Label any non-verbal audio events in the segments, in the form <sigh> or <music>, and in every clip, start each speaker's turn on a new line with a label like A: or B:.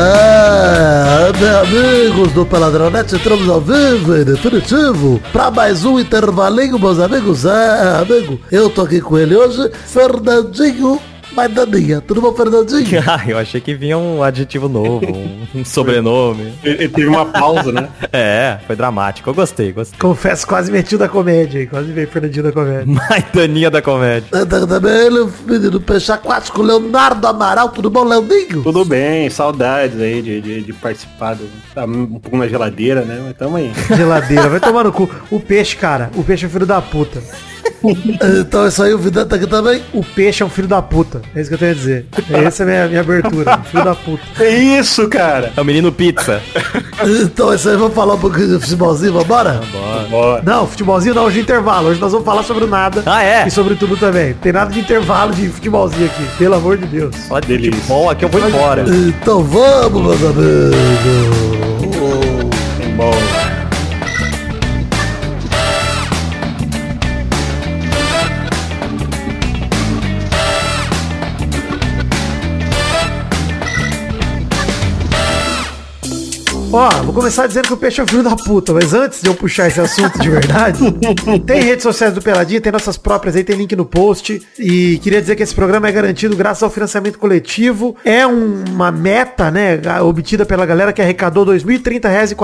A: É, é, amigos do Peladronete, entramos ao vivo e definitivo pra mais um intervalinho, meus amigos. É, amigo, eu tô aqui com ele hoje, Fernandinho Maidaninha. Tudo bom, Fernandinho?
B: <laughs> Ah, eu achei que vinha um adjetivo novo, um, um sobrenome.
C: Ele teve uma pausa, né?
B: <laughs> É, foi dramático. Eu gostei, gostei. <laughs>
D: <laughs> Confesso, quase meti o da comédia, hein? quase veio Fernandinho da comédia.
B: Maidaninha da comédia.
A: Entra Também ele, o menino peixe aquático, Leonardo Amaral. Tudo bom, Leoninho?
C: Tudo bem, saudades aí de, de, de participar. Do, tá um pouco na geladeira, né? Mas tamo aí.
D: Geladeira, vai tomar no cu. O peixe, cara, o peixe é filho da puta.
A: Então é isso aí, o Vidante tá aqui também.
D: O peixe é um filho da puta. É isso que eu tenho a dizer. Essa é a minha, minha abertura. um Filho da puta.
C: É isso, cara.
B: É o menino pizza.
A: Então é isso aí, vamos falar um pouquinho de futebolzinho, vambora?
C: Bora.
D: Não, futebolzinho não, hoje é intervalo. Hoje nós vamos falar sobre o nada.
B: Ah, é?
D: E sobre tudo também. Tem nada de intervalo de futebolzinho aqui. Pelo amor de Deus.
B: Ó, de
C: é delícia.
B: bom aqui eu vou embora.
A: Então vamos, meus amigos.
C: Bom.
D: Ó, vou começar dizendo que o peixe é o filho da puta, mas antes de eu puxar esse assunto de verdade, tem redes sociais do Peladinha, tem nossas próprias aí, tem link no post. E queria dizer que esse programa é garantido graças ao financiamento coletivo. É um- uma meta, né, obtida pela galera que arrecadou R$ 2.030,41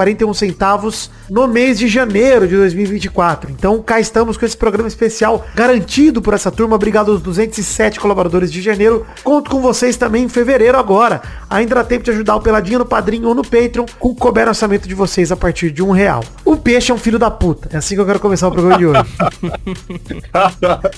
D: no mês de janeiro de 2024. Então cá estamos com esse programa especial garantido por essa turma. Obrigado aos 207 colaboradores de janeiro. Conto com vocês também em fevereiro agora. Ainda dá tempo de ajudar o Peladinha no Padrinho ou no Patreon, com couber o orçamento de vocês a partir de um real. O peixe é um filho da puta. É assim que eu quero começar o programa de
C: <laughs>
D: hoje.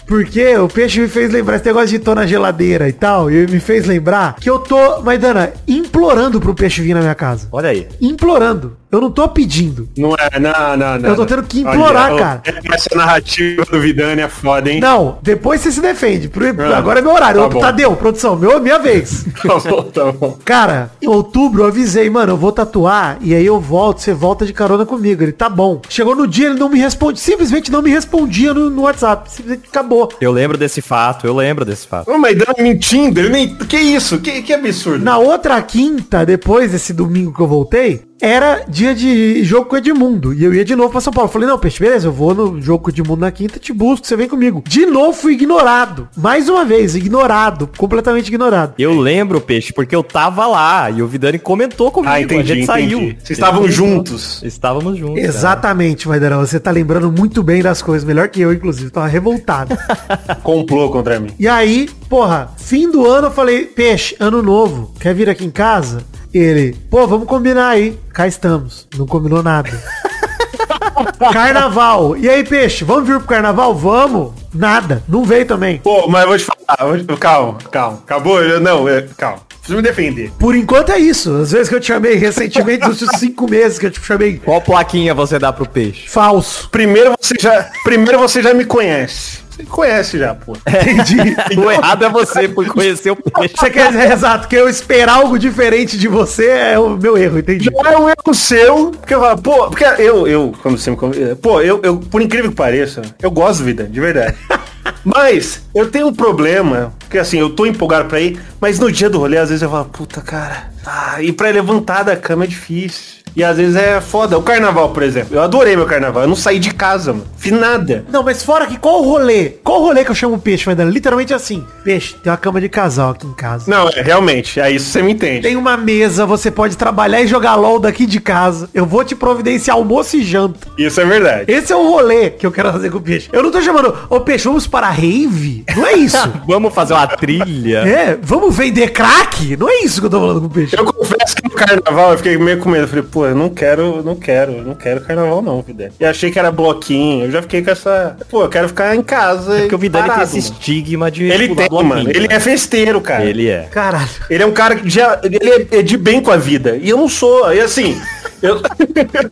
D: Porque o peixe me fez lembrar esse negócio de tô na geladeira e tal. E me fez lembrar que eu tô, Maidana, implorando pro peixe vir na minha casa.
B: Olha aí.
D: Implorando. Eu não tô pedindo.
C: <laughs> Não é, não, não, não.
D: Eu tô tendo que implorar, cara.
C: Essa narrativa do Vidani é foda, hein?
D: Não, depois você se defende. Pro-
C: Ah,
D: Agora é meu horário.
C: tá
D: Ô,
C: bom.
D: Tadeu, produção, meu, minha vez.
C: <laughs> Tá bom, tá bom.
D: Cara, em outubro eu avisei, mano, eu vou tatuar e aí eu volto, você volta de carona comigo. Ele, tá bom. Chegou no dia, ele não me responde, simplesmente não me respondia no, no WhatsApp. Simplesmente acabou.
B: Eu lembro desse fato, eu lembro desse fato.
C: Ô, mas ele tá mentindo, ele nem... Que isso? Que, que absurdo.
D: Na outra quinta, depois desse domingo que eu voltei, era dia de jogo com o Edmundo. E eu ia de novo pra São Paulo. Eu Falei, não, Peixe, beleza, eu vou no jogo com o Edmundo na quinta, te busco, você vem comigo. De novo fui ignorado. Mais uma vez, ignorado. Completamente ignorado.
B: Eu lembro, Peixe, porque eu tava lá e o Vidani comentou comigo.
C: Ah, entendi,
B: a gente saiu.
C: entendi. Vocês estavam juntos.
B: Estávamos juntos.
D: Exatamente, Maidarão. Você tá lembrando muito bem das coisas, melhor que eu, inclusive. Tava revoltado. <laughs>
C: Complô contra mim.
D: E aí, porra, fim do ano eu falei, peixe, ano novo, quer vir aqui em casa? Ele, pô, vamos combinar aí. Cá estamos. Não combinou nada. <laughs> carnaval. E aí, peixe, vamos vir pro carnaval? Vamos. Nada. Não veio também.
C: Pô, mas eu vou te falar. eu vou te- Calma, calma. Acabou? Eu- Não, é, calma. Preciso me defender.
D: Por enquanto é isso. Às vezes que eu te chamei recentemente, nos últimos cinco meses que eu te chamei
B: Qual plaquinha você dá pro
C: <laughs>
B: Peixe?
D: falso.
C: Primeiro você já, primeiro você já me conhece. Você me conhece já, pô.
D: Entendi.
C: Então,
B: o errado é você por conhecer o Peixe.
C: <laughs>
D: Você quer dizer, <laughs> exato, que eu esperar algo diferente de você é o meu erro, entendi.
C: Não é um erro seu, porque eu falo, pô, porque eu, eu, quando você me convida, pô, eu, eu, por incrível que pareça, eu gosto de vida, de verdade. mas eu tenho um problema, porque assim, eu tô empolgado pra ir, mas no dia do rolê, às vezes eu falo, puta, cara, ah, e pra levantar da cama é difícil. E às vezes é foda. O carnaval, por exemplo, eu adorei meu carnaval, eu não saí de casa, mano, fiz nada.
D: Não, mas fora que qual o rolê? Qual o rolê que eu chamo o peixe, Maidana? Literalmente assim. Peixe, tem uma cama de casal aqui em casa.
C: Não, é, realmente, é isso você me entende.
D: Tem uma mesa, você pode trabalhar e jogar LOL daqui de casa. Eu vou te providenciar almoço e janta.
C: Isso é verdade.
D: Esse é o rolê que eu quero fazer com o peixe. Eu não tô chamando, ô peixe, vamos para a rave? Não é isso.
B: <laughs> Vamos fazer uma trilha?
D: é, vamos vender crack? Não é isso que eu tô falando com o peixe.
C: Eu confesso que no carnaval eu fiquei meio com medo. Eu falei, pô, eu não quero, não quero, não quero carnaval não, Vidani. E achei que era bloquinho, eu já fiquei com essa. Pô, eu quero ficar em casa.
B: É Porque o Vidani
C: parado,
B: tem esse
C: mano.
B: estigma de...
C: Ele
B: pular
C: tem,
B: bloquinho, né?
C: mano. Ele é festeiro, cara. Ele...
B: Ele é.
D: Caralho.
C: é um cara que já. Ele é- é de bem com a vida. E eu não sou. E assim. <laughs> Eu,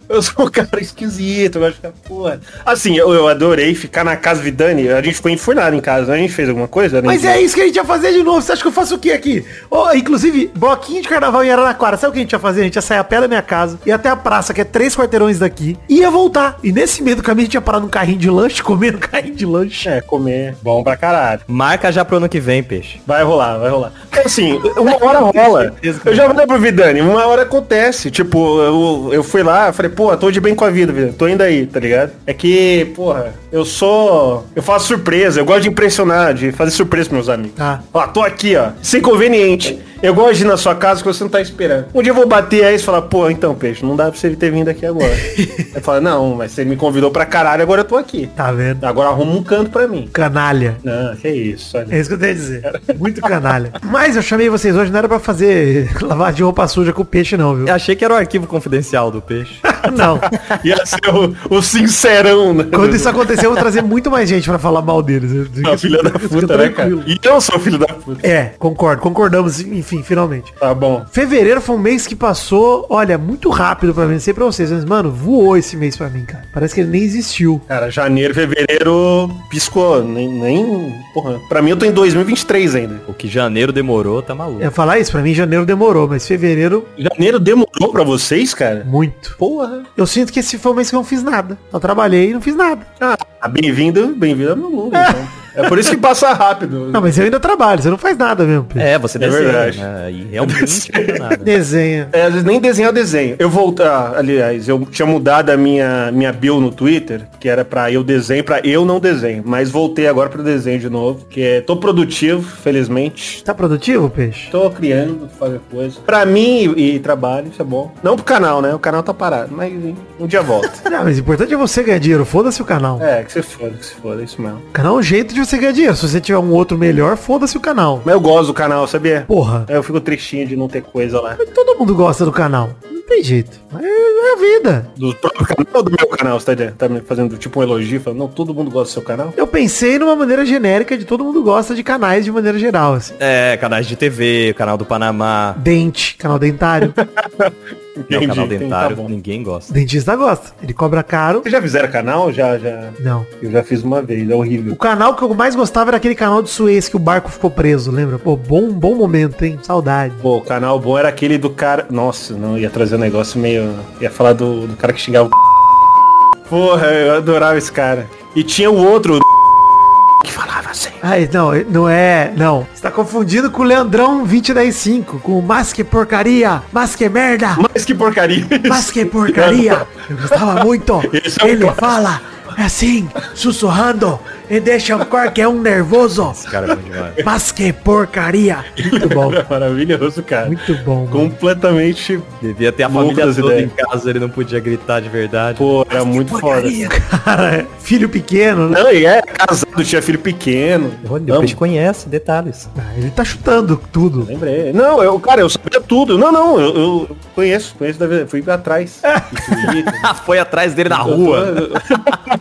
C: eu sou um cara esquisito, eu gosto de ficar porra. Assim, eu, eu adorei ficar na casa de Dani. A gente ficou enfurnado em casa, né? a gente fez alguma coisa?
D: Mas é isso que a gente ia fazer de novo. Você acha que eu faço o que aqui? Ô, inclusive, bloquinho de carnaval em Araraquara. Sabe o que a gente ia fazer? A gente ia sair a pé da minha casa, ia até a praça, que é três quarteirões daqui, e ia voltar. E nesse meio do caminho a gente ia parar num carrinho de lanche, <laughs> comer no carrinho de lanche.
C: É, comer. Bom pra caralho.
B: Marca já pro ano que vem, peixe.
C: Vai rolar, vai rolar. Porque, Assim, uma hora rola. Eu já mandei pro Vidani, uma hora acontece. Tipo, eu, eu fui lá, falei, pô, tô de bem com a vida, Vidani. Tô indo aí, tá ligado? É que, porra, eu sou. Eu faço surpresa, eu gosto de impressionar, de fazer surpresa pros meus amigos.
D: Tá.
C: Ó, tô aqui, ó. Sem conveniente. Eu gosto de ir na sua casa que você não tá esperando. Um dia eu vou bater aí e falar, pô, então, peixe, não dá pra você ter vindo aqui
D: <laughs>
C: agora. aí fala, não, mas você me convidou pra caralho, agora eu tô aqui.
D: Tá vendo?
C: Agora arruma um canto pra mim.
D: Canalha.
C: Não, que isso, olha.
D: É isso que eu tenho a dizer. Muito canalha. Mas eu chamei vocês hoje, não era pra fazer lavar de roupa suja com peixe, não,
C: <laughs>
D: viu?
B: Eu achei que era o arquivo confidencial do peixe.
D: Não.
C: Ia ser o, o sincerão, né?
D: Quando isso acontecer, eu vou trazer muito mais gente pra falar mal deles.
C: Ah, filha da puta, né, cara?
D: tranquilo.
C: E eu sou filho da puta.
D: É, concordo. Concordamos, enfim, finalmente.
C: Tá bom.
D: Fevereiro foi um mês que passou, olha, muito rápido pra mim, não sei pra vocês, mas, mano, voou esse mês pra mim, cara. Parece que ele nem existiu.
C: Cara, janeiro, fevereiro, piscou. Nem, nem. Porra. Pra mim eu tô em 2023 ainda.
B: O que janeiro demorou, tá maluco.
D: É falar isso, pra mim janeiro demorou, mas fevereiro,
C: Janeiro demorou pra vocês, cara?
D: muito.
C: Porra.
D: Eu sinto que esse foi um mês que eu não fiz nada. Só trabalhei e não fiz nada.
C: Ah, bem-vindo, bem-vindo ao meu mundo. então. É por isso que passa rápido.
D: <laughs> Não, mas eu ainda trabalho, você não faz nada mesmo. Pedro.
B: É, você
C: É
B: desenha,
C: verdade.
B: né? E realmente não dá nada.
D: Desenha.
C: É, às vezes nem desenhar eu desenho. Eu voltar, aliás, eu tinha mudado a minha, minha bio no Twitter, que era pra eu desenho, pra eu não desenho. Mas voltei agora pro desenho de novo, que é, tô produtivo, felizmente.
D: Tá produtivo, peixe?
C: Tô criando, fazendo coisa. Pra mim e, e trabalho, isso é bom. Não pro canal, né? O canal tá parado, mas hein, um dia volta.
D: Não, mas o importante é você ganhar dinheiro, foda-se o
C: <laughs>
D: canal.
C: é, que se foda, que se foda, é isso mesmo.
D: O canal é um jeito de você ganhar dinheiro. Se você tiver um outro melhor, foda-se o canal.
C: Mas eu gosto do canal, sabia?
D: Porra.
C: Eu fico tristinho de não ter coisa lá.
D: Mas todo mundo gosta do canal. Não tem jeito. É, é a vida.
C: Do próprio canal ou do meu canal? Você tá, tá me fazendo tipo um elogio? Falando, não, todo mundo gosta do seu canal?
D: Eu pensei numa maneira genérica de todo mundo gosta de canais de maneira geral, assim.
B: É, canais de TV, canal do Panamá.
D: Dente, canal dentário.
B: Não, canal
C: entendi,
B: dentário,
C: Então, tá bom.
B: ninguém gosta.
D: Dentista gosta. Ele cobra caro.
C: Vocês já fizeram canal? Já, já.
D: Não.
C: Eu já fiz uma vez, é
D: O
C: horrível.
D: canal que eu mais gostava era aquele canal de Suez que o barco ficou preso, lembra? Pô, bom, bom momento, hein? Saudade.
C: Pô, o canal bom era aquele do cara. Nossa, não, ia trazer um negócio meio. Ia falar do, do cara que xingava o. <laughs> Porra, eu adorava esse cara. E tinha o outro <laughs> que falava assim.
D: Ai, não, não é, não. Você tá confundindo com o Leandrão 2015, com o Mas que porcaria, mas que merda,
C: Mas que porcaria. é
D: mas que porcaria. Eu gostava muito.
C: <laughs> Esse é um
D: Ele
C: clássico.
D: fala assim, sussurrando, e deixa qualquer um nervoso.
B: Esse cara é bom demais.
D: Mas que porcaria.
C: <laughs>
D: Muito bom,
C: Era maravilhoso, cara.
D: muito bom. mano.
C: Completamente.
B: Devia ter a
C: Louco
B: família
C: das
B: toda
C: ideias.
B: em casa, ele não podia gritar de verdade.
C: Pô, era muito foda.
D: Porcaria. Cara, filho pequeno, né?
C: Não, e é casado, tinha filho pequeno.
B: Olha,
C: Não,
B: o peixe conhece detalhes.
D: Ah, Ele tá chutando tudo.
C: Lembrei. Não, eu, cara, eu sabia tudo. Não, não, eu, eu conheço, conheço da vida. Fui atrás.
D: É. <laughs>
B: Ah, Foi atrás dele na
C: Então,
B: rua.
C: Rua.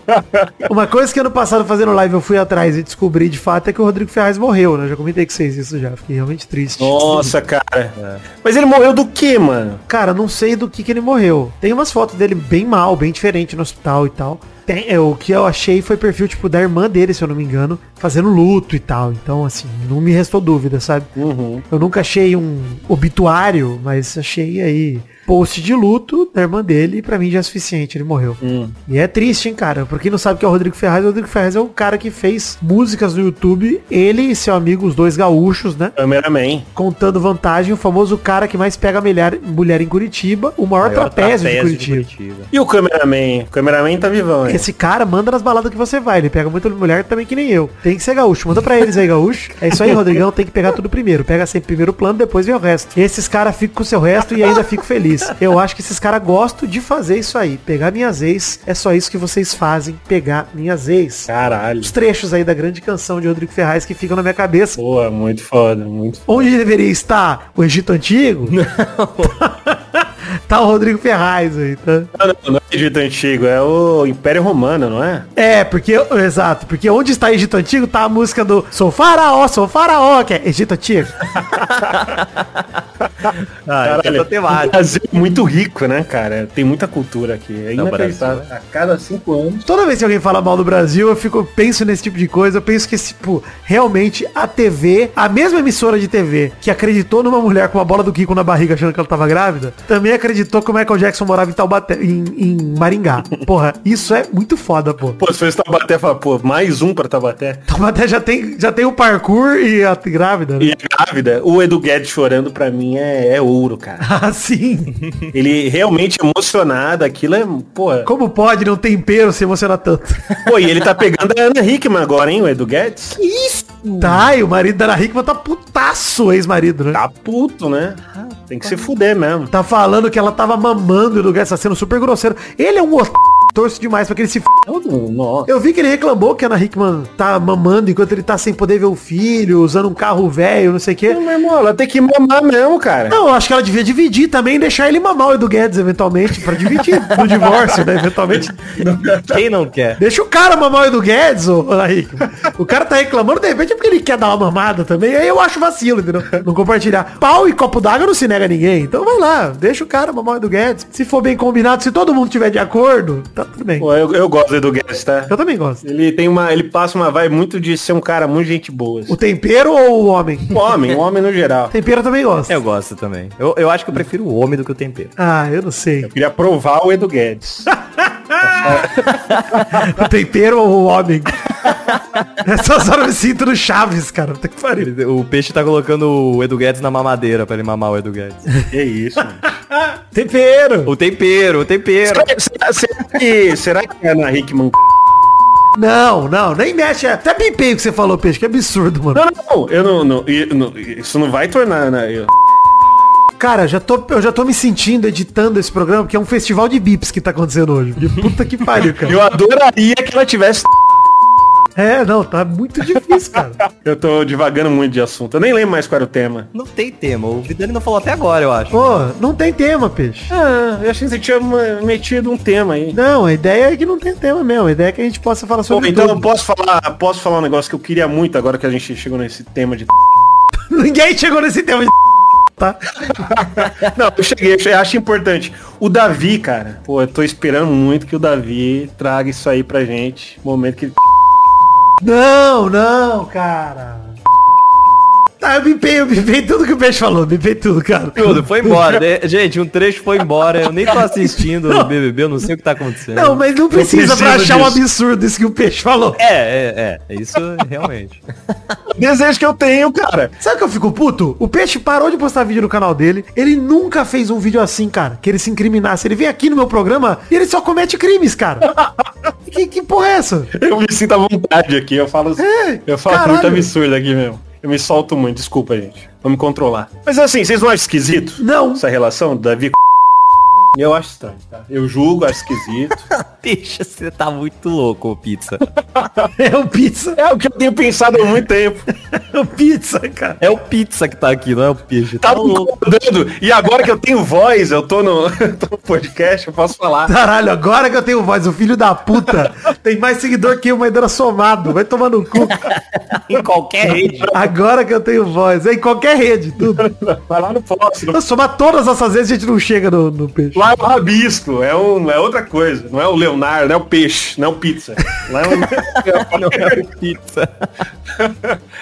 D: Uma coisa que ano passado fazendo live eu fui atrás e descobri de fato é que o Rodrigo Ferraz morreu, né? Eu já comentei com vocês isso já, fiquei realmente triste.
C: Nossa, cara. Mas ele morreu do quê, mano?
D: Cara, não sei do que que ele morreu. Tem umas fotos dele bem mal, bem diferente no hospital e tal. Tem, é, o que eu achei foi perfil, tipo, da irmã dele, se eu não me engano, fazendo luto e tal. Então, assim, não me restou dúvida, sabe? Eu nunca achei um obituário, mas achei aí post de luto da irmã dele e pra mim já é suficiente, ele morreu. E é triste, hein, cara? Pra quem não sabe que é o Rodrigo Ferraz, o Rodrigo Ferraz é o cara que fez músicas no YouTube, ele e seu amigo, os dois gaúchos, né?
C: Cameraman.
D: contando vantagem, o famoso cara que mais pega mulher, mulher em Curitiba, o maior,
B: Maior
D: trapézio, de
B: trapézio
D: Curitiba.
B: Curitiba.
C: E o cameraman? O cameraman tá vivão, hein?
D: Esse cara manda nas baladas que você vai, ele pega muita mulher também que nem eu. Tem que ser gaúcho, manda pra eles aí, gaúcho. É isso aí, Rodrigão, tem que pegar tudo primeiro. Pega sempre primeiro plano, depois vem o resto. Esses caras ficam com o seu resto e ainda fico feliz. Eu acho que esses caras gostam de fazer isso aí. Pegar minhas ex, é só isso que vocês fazem, pegar minhas ex.
C: Caralho.
D: Os trechos aí da grande canção de Rodrigo Ferraz que ficam na minha cabeça.
C: Boa, muito foda, muito foda.
D: Onde deveria estar o Egito Antigo? <laughs> tá o Rodrigo Ferraz aí, tá?
C: Não, não, não é Egito Antigo, é o Império Romano, não é?
D: É, porque, exato, porque onde está Egito Antigo tá a música do Sou Faraó, Sou Faraó, que é Egito Antigo.
B: Ah,
C: Caralho,
B: é
C: o
B: temático.
C: Brasil é muito rico, né, cara? Tem muita cultura aqui. É
B: Não,
C: inacreditável.
A: né?
C: A cada cinco anos.
D: Toda vez que alguém fala mal do Brasil, eu fico, penso nesse tipo de coisa, eu penso que, tipo, realmente a TV, a mesma emissora de TV que acreditou numa mulher com uma bola do Kiko na barriga achando que ela tava grávida, também acreditou que o Michael Jackson morava em Taubaté, em, em Maringá. Porra, isso é muito foda, pô.
C: Pô, se fosse Tabaté, fala, pô, mais um pra Tabaté.
D: Taubaté Então, já tem, já tem o parkour e a grávida, né?
C: E a grávida, o Edu Guedes chorando pra mim é, é ouro,
D: <laughs>
C: cara.
D: <laughs> Ah, sim.
C: Ele realmente é emocionado, aquilo é, porra.
D: Como pode não ter tempero se emocionar tanto?
C: Pô, e ele tá pegando a Ana Hickman agora, hein, o Edu Guedes?
D: Tá, e o marido da Ana Hickman tá putaço, o ex-marido, né?
C: Tá puto, né? Tem que se fuder mesmo.
D: Tá falando que ela tava mamando e o lugar está sendo super grosseiro. Ele é um otário. Torço demais pra que ele se f...
C: Nossa.
D: Eu vi que ele reclamou que a Ana Hickman tá mamando enquanto ele tá sem poder ver o filho, usando um carro velho, não sei o quê.
C: Meu irmão, ela tem que mamar mesmo, cara.
D: Não, eu acho que ela devia dividir também, deixar ele mamar o Edu Guedes, eventualmente, pra dividir no divórcio, né? Eventualmente.
B: Quem não quer?
D: Deixa o cara mamar o Edu Guedes, ô Ana Hickman. O cara tá reclamando, de repente é porque ele quer dar uma mamada também, aí eu acho vacilo, entendeu? Não compartilhar. Pau e copo d'água não se nega a ninguém. Então vai lá, deixa o cara mamar o Edu Guedes. Se for bem combinado, se todo mundo tiver de acordo, tá tudo bem.
C: Pô, eu, eu gosto do Edu Guedes, tá?
D: Eu também gosto.
C: Ele tem uma. Ele passa uma vibe muito de ser um cara muito gente boa. assim.
D: O tempero ou o homem?
C: Um homem, um homem no geral.
D: Tempero eu também gosto.
B: Eu gosto também. Eu, eu acho que eu prefiro o homem do que o tempero.
D: Ah, eu não sei.
C: Eu queria provar o Edu Guedes.
D: O tempero ou o homem? Essas horas eu me sinto no Chaves, cara. Puta que pariu.
B: Ele- O peixe tá colocando o Edu Guedes na mamadeira pra ele mamar o Edu Guedes.
C: que isso, mano.
D: Tempero!
B: O tempero, o tempero.
C: será, será que, será que a Ana Hickman.
D: Não, não, nem mexe. Até bipei o que você falou, peixe, que absurdo, mano.
C: Não, não, eu não, não, eu não- Isso não vai tornar. Né? eu-
D: Cara, já tô, eu já tô me sentindo editando esse programa, porque é um festival de bips que tá acontecendo hoje. De puta que pariu,
C: <laughs>
D: cara.
C: Eu adoraria que ela tivesse.
D: É, não, tá muito difícil, cara.
C: Eu tô divagando muito de assunto. Eu nem lembro mais qual era o tema.
B: Não tem tema. O Vidani não falou até agora, eu acho.
D: Pô, não tem tema, peixe.
C: Ah, eu achei que você tinha uma- metido um tema aí.
D: Não, a ideia é que não tem tema mesmo. A ideia é que a gente possa falar
C: Pô,
D: sobre
C: então eu
D: tudo.
C: posso falar, posso falar um negócio que eu queria muito agora que a gente chegou nesse tema de. <laughs>
D: <laughs> Ninguém chegou nesse tema de <laughs> tá?
C: Não, eu cheguei, eu che- acho importante. O Davi, cara, pô, eu tô esperando muito que o Davi traga isso aí pra gente. Momento que.
D: Não, não, cara. Tá, eu bipei, eu bipei tudo que o peixe falou, bipei tudo, cara.
B: Tudo, foi embora. De- Gente, um trecho foi embora. Eu nem tô assistindo o BBB, eu não sei o que tá acontecendo.
D: Não, mas não precisa
C: Não
D: pra
C: precisa
D: achar um
C: disso.
D: absurdo isso que o peixe falou.
B: É, é, é. Isso realmente.
C: É, Desejo que eu tenho, cara.
D: Sabe que eu fico puto? O Peixe parou de postar vídeo no canal dele. Ele nunca fez um vídeo assim, cara. Que ele se incriminasse. Ele vem aqui no meu programa e ele só comete crimes, cara. que, que porra é essa?
C: Eu me sinto à vontade aqui, eu falo,
D: É,
C: eu falo
D: caralho.
C: muito absurdo aqui mesmo. Eu me solto muito, desculpa, gente. Vou me controlar. Mas assim, vocês não acham esquisito?
D: Não. <laughs>
C: Essa relação do Davi com <laughs> eu acho estranho, tá? Eu julgo, acho esquisito.
B: <laughs> Peixe, você tá muito louco, ô pizza.
D: É o pizza.
C: é o que eu tenho pensado há muito tempo. <laughs>
D: É o pizza, cara.
B: É o pizza que tá aqui, não é o peixe. Tá
C: Tá me
B: louco.
C: incomodando. E agora que eu tenho voz, eu tô no, <laughs> tô no podcast, eu posso falar.
D: Caralho, agora que eu tenho voz, o filho da puta tem mais seguidor que eu, mas era somado. Vai tomar no cu.
B: Em qualquer rede.
D: Agora que eu tenho voz. É em qualquer rede, tudo.
C: Vai lá no próximo.
D: Pra somar todas essas vezes, a gente não chega no, no peixe.
C: Lá é o rabisco, é, um, é outra coisa. Não é o Leonardo, não é o peixe, não é o pizza. Lá é,
B: <laughs>
C: um-
B: Não é o pizza.
C: <laughs>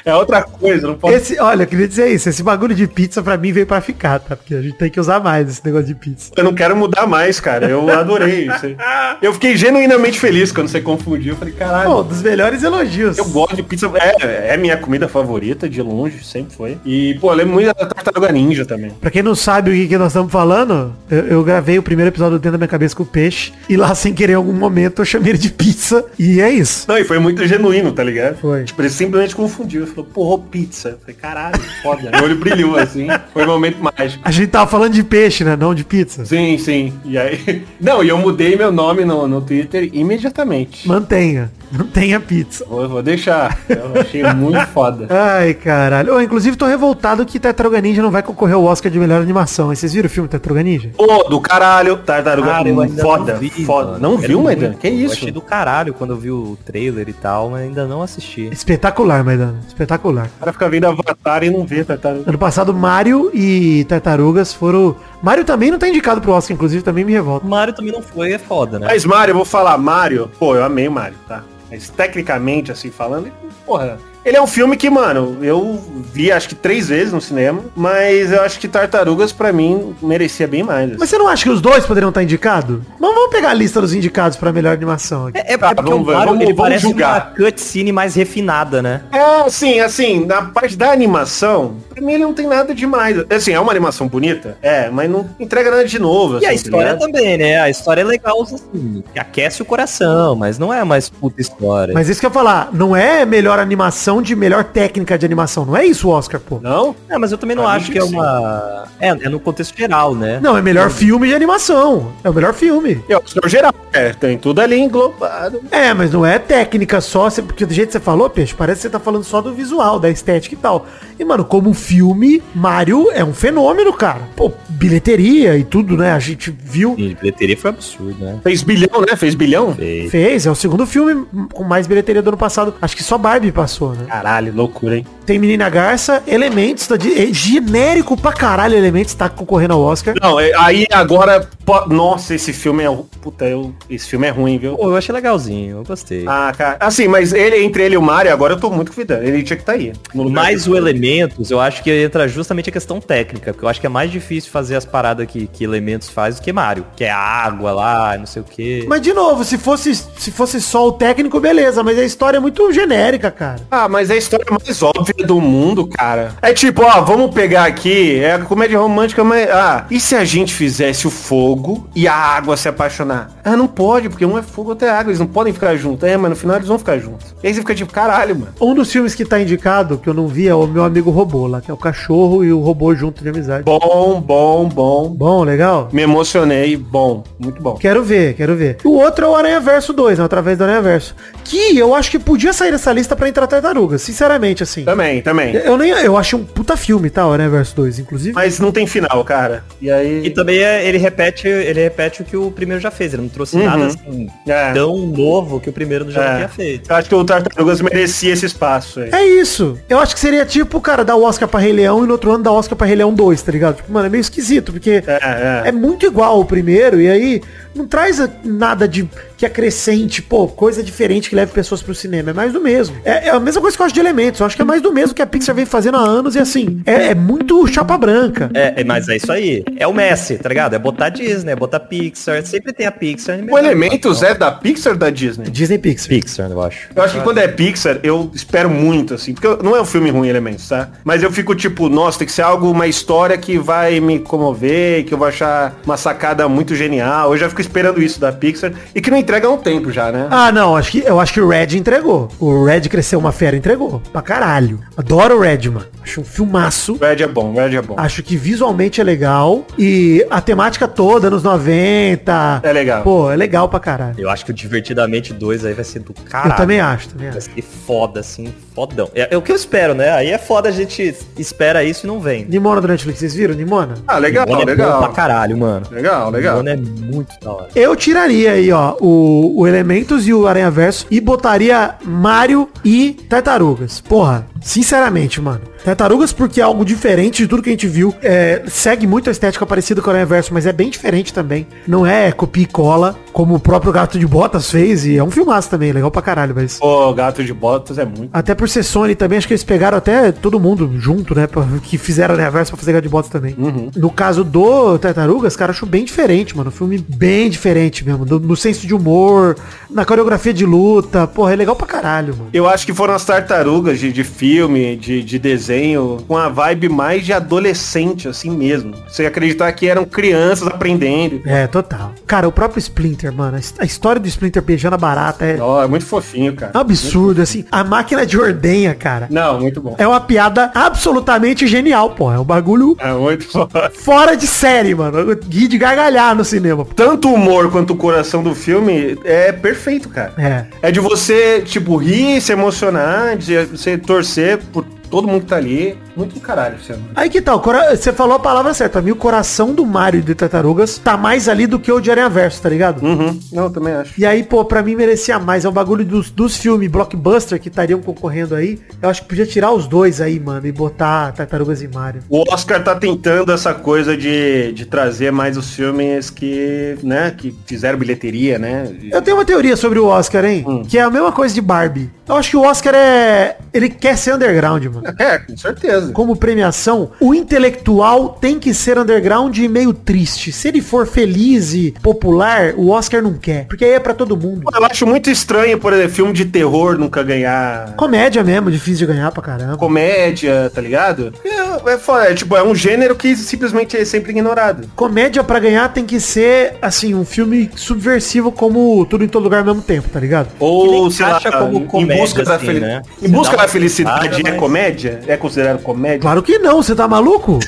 C: é outra coisa, não pode.
D: Esse, olha, eu queria dizer isso. Esse bagulho de pizza pra mim veio pra ficar, tá? Porque a gente tem que usar mais esse negócio de pizza.
C: Eu não quero mudar mais, cara. Eu adorei isso. aí. Eu fiquei genuinamente feliz quando você confundiu. Eu falei, caralho.
D: Pô, um dos melhores elogios.
C: Eu gosto de pizza, é, é minha comida favorita, de longe, sempre foi. E, pô, eu lembro muito da Tartaruga Ninja também.
D: Pra quem não sabe o que, que nós estamos falando, eu, eu gravei o primeiro episódio do Dentro da Minha Cabeça com o Peixe. E lá, <laughs> sem querer, em algum momento, eu chamei ele de pizza. E é isso.
C: Não, e foi muito genuíno, tá ligado?
D: Foi.
C: Tipo, ele simplesmente confundiu. Ele Falou, porra, pizza. Eu falei, caralho, foda. Meu olho brilhou, assim. Foi um momento mágico.
D: A gente tava falando de peixe, né? Não de pizza.
C: Sim, <laughs> sim. E aí. Não, e eu mudei meu nome no, no Twitter imediatamente.
D: Mantenha. Não tenha pizza.
C: Vou, vou deixar. Eu achei muito foda.
D: Ai, caralho. Ô, inclusive, tô revoltado que Tartaruga Ninja não vai concorrer ao Oscar de melhor animação. hein? Vocês viram o filme Tartaruga Ninja?
C: Ô, do caralho. Tartaruga.
B: Cara, eu ainda
C: foda,
B: não vi,
C: foda.
B: mano.
C: Não
B: Quero
C: viu,
B: muito.
C: Maidan? Que
B: Eu
C: isso?
B: achei do caralho quando eu vi o trailer e tal, mas ainda não assisti.
D: Espetacular, Maidana. Espetacular.
C: O cara fica vendo Avatar e não vê Tartaruga.
D: Ano passado, Mario e Tartarugas foram... Mario também não tá indicado pro Oscar, inclusive, também me revolta.
B: Mario também não foi, é foda, né?
C: Mas Mario, eu vou falar, Mario, pô, eu amei Mario, tá? Mas tecnicamente, assim, falando, ele- porra. Ele é um filme que, mano, eu vi acho que três vezes no cinema, mas eu acho que Tartarugas, pra mim, merecia bem mais. assim.
D: Mas você não acha que os dois poderiam estar indicados? Mas vamos pegar a lista dos indicados pra melhor animação aqui.
B: É, é
C: Tá,
B: porque
C: vamos
B: o
C: ver,
B: Mario
C: vamos-
B: ele
C: vamos
B: parece
C: julgar.
B: uma cutscene mais refinada, né?
C: É, assim, assim, na parte da animação, pra mim ele não tem nada demais. Assim, é uma animação bonita, é, mas não entrega nada de novo.
B: E a
C: assim,
B: história
C: tá ligado?
B: também, né? A história é legal, assim, que aquece o coração, mas não é mais puta história.
D: Mas isso que eu ia falar, não é melhor animação de melhor técnica de animação. Não é isso o Oscar, pô.
C: Não?
B: É, mas eu também não
C: Pra mim
B: acho que é
C: sim.
B: uma... É, é no contexto geral, né?
D: Não, é melhor filme de animação. É o melhor filme.
C: É o senhor geral. É, tem tudo ali englobado.
D: É, mas não é técnica só, você- porque do jeito que você falou, Peixe, parece que você tá falando só do visual, da estética e tal. E, mano, como filme, Mario é um fenômeno, cara. Pô, bilheteria e tudo, né? A gente viu,
B: E bilheteria foi absurdo, né?
C: Fez bilhão, né? Fez bilhão?
B: Feio.
D: fez, é o segundo filme com mais bilheteria do ano passado. Acho que só Barbie passou, né?
C: Caralho, loucura, hein?
D: Tem Menina Garça, Elementos, tá de, é genérico pra caralho, Elementos tá concorrendo ao Oscar.
C: Não, é- aí agora. po- Nossa, esse filme é. ru- Puta, eu... esse filme é ruim, viu?
B: Pô, eu achei legalzinho, eu gostei.
C: Ah, cara. Assim, mas ele, entre ele e o Mario, agora eu tô muito cuidando. Ele tinha que estar tá aí. no lugar
B: Mas
C: que-
B: o Elementos, eu acho que entra justamente a questão técnica, porque eu acho que é mais difícil fazer as paradas que, que Elementos faz do que Mario, que é água lá, não sei o quê.
D: Mas, de novo, se fosse, se fosse só o técnico, beleza, mas a história é muito genérica, cara.
C: Ah, mas é a história mais óbvia do mundo, cara. É tipo, ó, vamos pegar aqui, é a comédia romântica, mas. Ah, e se a gente fizesse o fogo e a água se apaixonar? Ah, não pode, porque um é fogo, outro é água, eles não podem ficar juntos. É, mas no final eles vão ficar juntos. E aí você fica tipo, caralho, mano.
D: Um dos filmes que tá indicado, que eu não vi, é o meu amigo robô lá, que é o cachorro e o robô junto de amizade.
C: Bom, bom, bom.
D: Bom, legal?
C: Me emocionei, bom, muito bom.
D: Quero ver, quero ver. O outro é o Aranha Verso 2, né? Através do Aranha Verso. Que eu acho que podia sair dessa lista pra entrar tartaruga, sinceramente, assim.
C: Também, também.
D: Eu nem. Eu achei um puta filme, tá? O Aranha Verso 2, inclusive.
C: Mas não tem final, cara. E aí.
B: E também é- ele repete, ele repete o que o primeiro já fez, ele não trouxe nada assim
C: É.
B: tão novo que o primeiro já
C: Uhum. É.
B: tinha feito.
C: Eu acho que o Tartarugas merecia esse espaço aí.
D: É isso. Eu acho que seria tipo, cara, dar o Oscar pra Rei Leão e no outro ano dar o Oscar pra Rei Leão 2, tá ligado? Tipo, mano, é meio esquisito, porque
C: É,
D: É muito igual o primeiro, e aí não traz a- nada de que acrescente, pô, coisa diferente que leve pessoas pro cinema. É mais do mesmo. É, é a mesma coisa que eu acho de elementos. Eu acho que é mais do mesmo que a Pixar vem fazendo há anos e assim. É, é muito chapa branca.
B: É, é, mas é isso aí. É o Messi, tá ligado? É botar Disney, é botar Pixar. Sempre tem a Pixar.
C: O Elementos é da Pixar ou da Disney?
D: Disney Pixar.
B: Pixar, eu acho.
C: Eu acho que quando é Pixar, eu espero muito, assim, porque eu- não é um filme ruim, Elementos, tá? Mas eu fico tipo, nossa, tem que ser algo, uma história que vai me comover, que eu vou achar uma sacada muito genial. Eu já fico esperando isso da Pixar e que não entrega há um tempo já, né?
D: Ah, não, acho que, eu acho que o Red entregou. O Red cresceu uma fera, entregou. Pra caralho. Adoro o Red, mano. Acho um filmaço.
C: Red é bom, Red é bom.
D: Acho que visualmente é legal. E a temática toda, nos 90.
C: É legal.
D: Pô, é legal pra caralho.
B: Eu acho que o Divertidamente 2 aí vai ser do caralho.
D: Eu também acho, também acho.
B: Vai ser foda, assim, fodão. É, é o que eu espero, né? Aí é foda, a gente espera isso e não vem.
D: Nimona do Netflix, vocês viram, Nimona?
C: Ah, legal,
B: Nimona É bom pra
C: legal.
B: caralho, mano.
C: Legal, legal.
B: Nimona é muito da hora.
D: Eu tiraria aí, ó, o, o Elementos e o Aranha Verso e botaria Mario e Tartarugas. Porra, sinceramente, mano. Tartarugas porque é algo diferente de tudo que a gente viu. É, segue muito a estética parecida com o Aranha Verso, mas é bem diferente também. Não é copia e cola, como o próprio Gato de Botas fez, e é um filmaço também, legal pra caralho, mas...
C: Pô, Gato de Botas é muito.
D: Até por ser Sony também, acho que eles pegaram até todo mundo junto, né? pra- Que fizeram a verso pra fazer Gato de Botas também. No caso do Tartarugas, cara, acho bem diferente, mano. Um filme bem diferente mesmo. do- no senso de humor, na coreografia de luta. Porra, é legal pra caralho, mano.
C: Eu acho que foram as tartarugas de, de filme, de, de desenho, com a vibe mais de adolescente, assim mesmo. Você acreditar que eram crianças aprendendo.
D: É, total. Cara, o próprio Splinter, mano, a his- a história do Splinter beijando a barata é
C: Ó, é muito fofinho, cara.
D: um absurdo, assim. A máquina de ordenha, cara,
C: Não, muito bom.
D: é uma piada absolutamente genial, pô. É um bagulho
C: É muito <laughs> bom.
D: fora de série, mano. Gui de gargalhar no cinema. pô.
C: Tanto o humor quanto o coração do filme é perfeito, cara.
D: É.
C: É de você, tipo, rir, se emocionar, de você torcer por todo mundo que tá ali. Muito do caralho, Luciano.
D: Aí que tal? Cora- Você falou a palavra certa. Pra mim, o coração do Mario e do Tartarugas tá mais ali do que o de Aranha Verso, tá ligado?
C: Uhum. Não, eu também acho.
D: E aí, pô, pra mim merecia mais. É um bagulho dos, dos filmes blockbuster que estariam concorrendo aí. Eu acho que podia tirar os dois aí, mano, e botar Tartarugas e Mario.
C: O Oscar tá tentando essa coisa de, de trazer mais os filmes que, né, que fizeram bilheteria, né?
D: Eu tenho uma teoria sobre o Oscar, hein? Que é a mesma coisa de Barbie. Eu acho que o Oscar é. Ele quer ser underground,
C: <laughs>
D: mano.
C: É, com certeza.
D: Como premiação, o intelectual tem que ser underground e meio triste. Se ele for feliz e popular, o Oscar não quer. Porque aí é pra todo mundo.
C: Eu acho muito estranho, por exemplo, filme de terror nunca ganhar
D: Comédia mesmo, difícil de ganhar pra caramba.
C: comédia, tá ligado? É, é foda, é, tipo, é um gênero que simplesmente é sempre ignorado.
D: Comédia pra ganhar tem que ser, assim, um filme subversivo como Tudo em Todo Lugar ao mesmo tempo, tá ligado?
C: Ou, sei lá,
B: encaixa como comédia,
C: em busca da,
B: assim,
C: feli-
B: né?
C: em
B: Você
C: busca
B: dá
C: da
B: uma
C: felicidade
B: pensada,
C: é
B: mas-
C: comédia? É considerado comédia?
D: Claro que não, você tá maluco?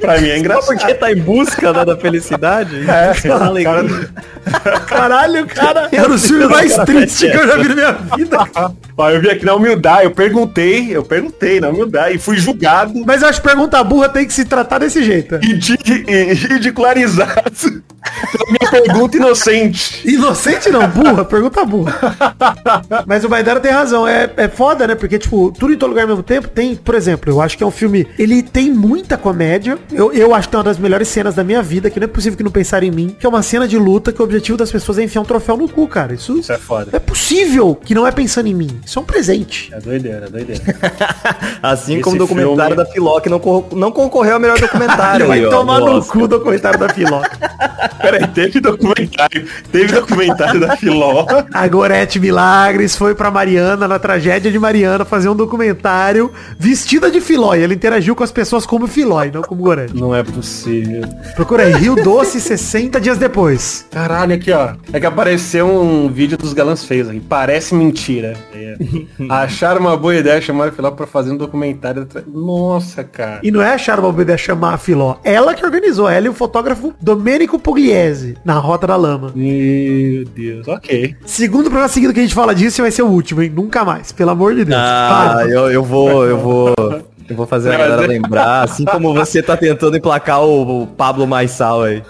C: pra mim é
B: Só
C: engraçado.
B: porque tá em busca né, da felicidade?
C: É,
B: <laughs> Isso é uma alegria.
C: cara-
D: Caralho, cara. Era o filme mais triste que eu já vi na minha vida.
C: <laughs> Ó, eu vim aqui na humildade, eu perguntei, eu perguntei na humildade e fui julgado
D: Mas eu acho que pergunta burra tem que se tratar desse jeito.
C: e di- e ridicularizado <laughs> pela minha pergunta inocente.
D: Inocente não, burra, pergunta burra. Mas o Baidara tem razão, é, é foda, né? Porque, tipo, tudo em todo lugar ao mesmo tempo tem, por exemplo, eu acho que é um filme, ele tem muita comédia, eu, eu acho que é uma das melhores cenas da minha vida, que não é possível que não pensaram em mim, que é uma cena de luta que o objetivo das pessoas é enfiar um troféu no cu, cara. Isso,
C: Isso é foda.
D: não é possível que não é pensando em mim, isso é um presente.
C: É doideira, é doideira.
B: Assim
C: Esse
B: como o documentário
C: filme-
B: da Filó, que não, cor- não concorreu ao melhor documentário.
C: <laughs>
D: Vai
B: aí, ó,
D: tomar
B: do
D: no
B: Oscar.
D: cu do comentário da Filó.
C: Peraí, teve documentário. Teve documentário da Filó.
D: A Gorete Milagres foi pra Mariana, na tragédia de Mariana, fazer um documentário vestida de Filói. Ela interagiu com as pessoas como Filói, não como Gorete.
C: Não é possível.
D: Procura aí, Rio Doce, 60 dias depois.
C: Caralho, aqui ó. É que apareceu um vídeo dos galãs feios aqui. Parece mentira. É. Acharam uma boa ideia, chamaram a Filó pra fazer um documentário. atrás- Nossa, cara.
D: E não é a Charma Bebê a chamar a Filó. Ela que organizou, ela e o fotógrafo Domênico Pugliese, na Rota da Lama.
C: Meu Deus, ok.
D: Segundo programa seguido que a gente fala disso, e vai ser o último, hein? Nunca mais, pelo amor de Deus.
B: <laughs> Ah,
D: Para.
B: eu, eu vou, eu vou. Eu vou fazer a galera
C: é-
B: lembrar, assim como você tá tentando emplacar o, o Pablo Maisal aí.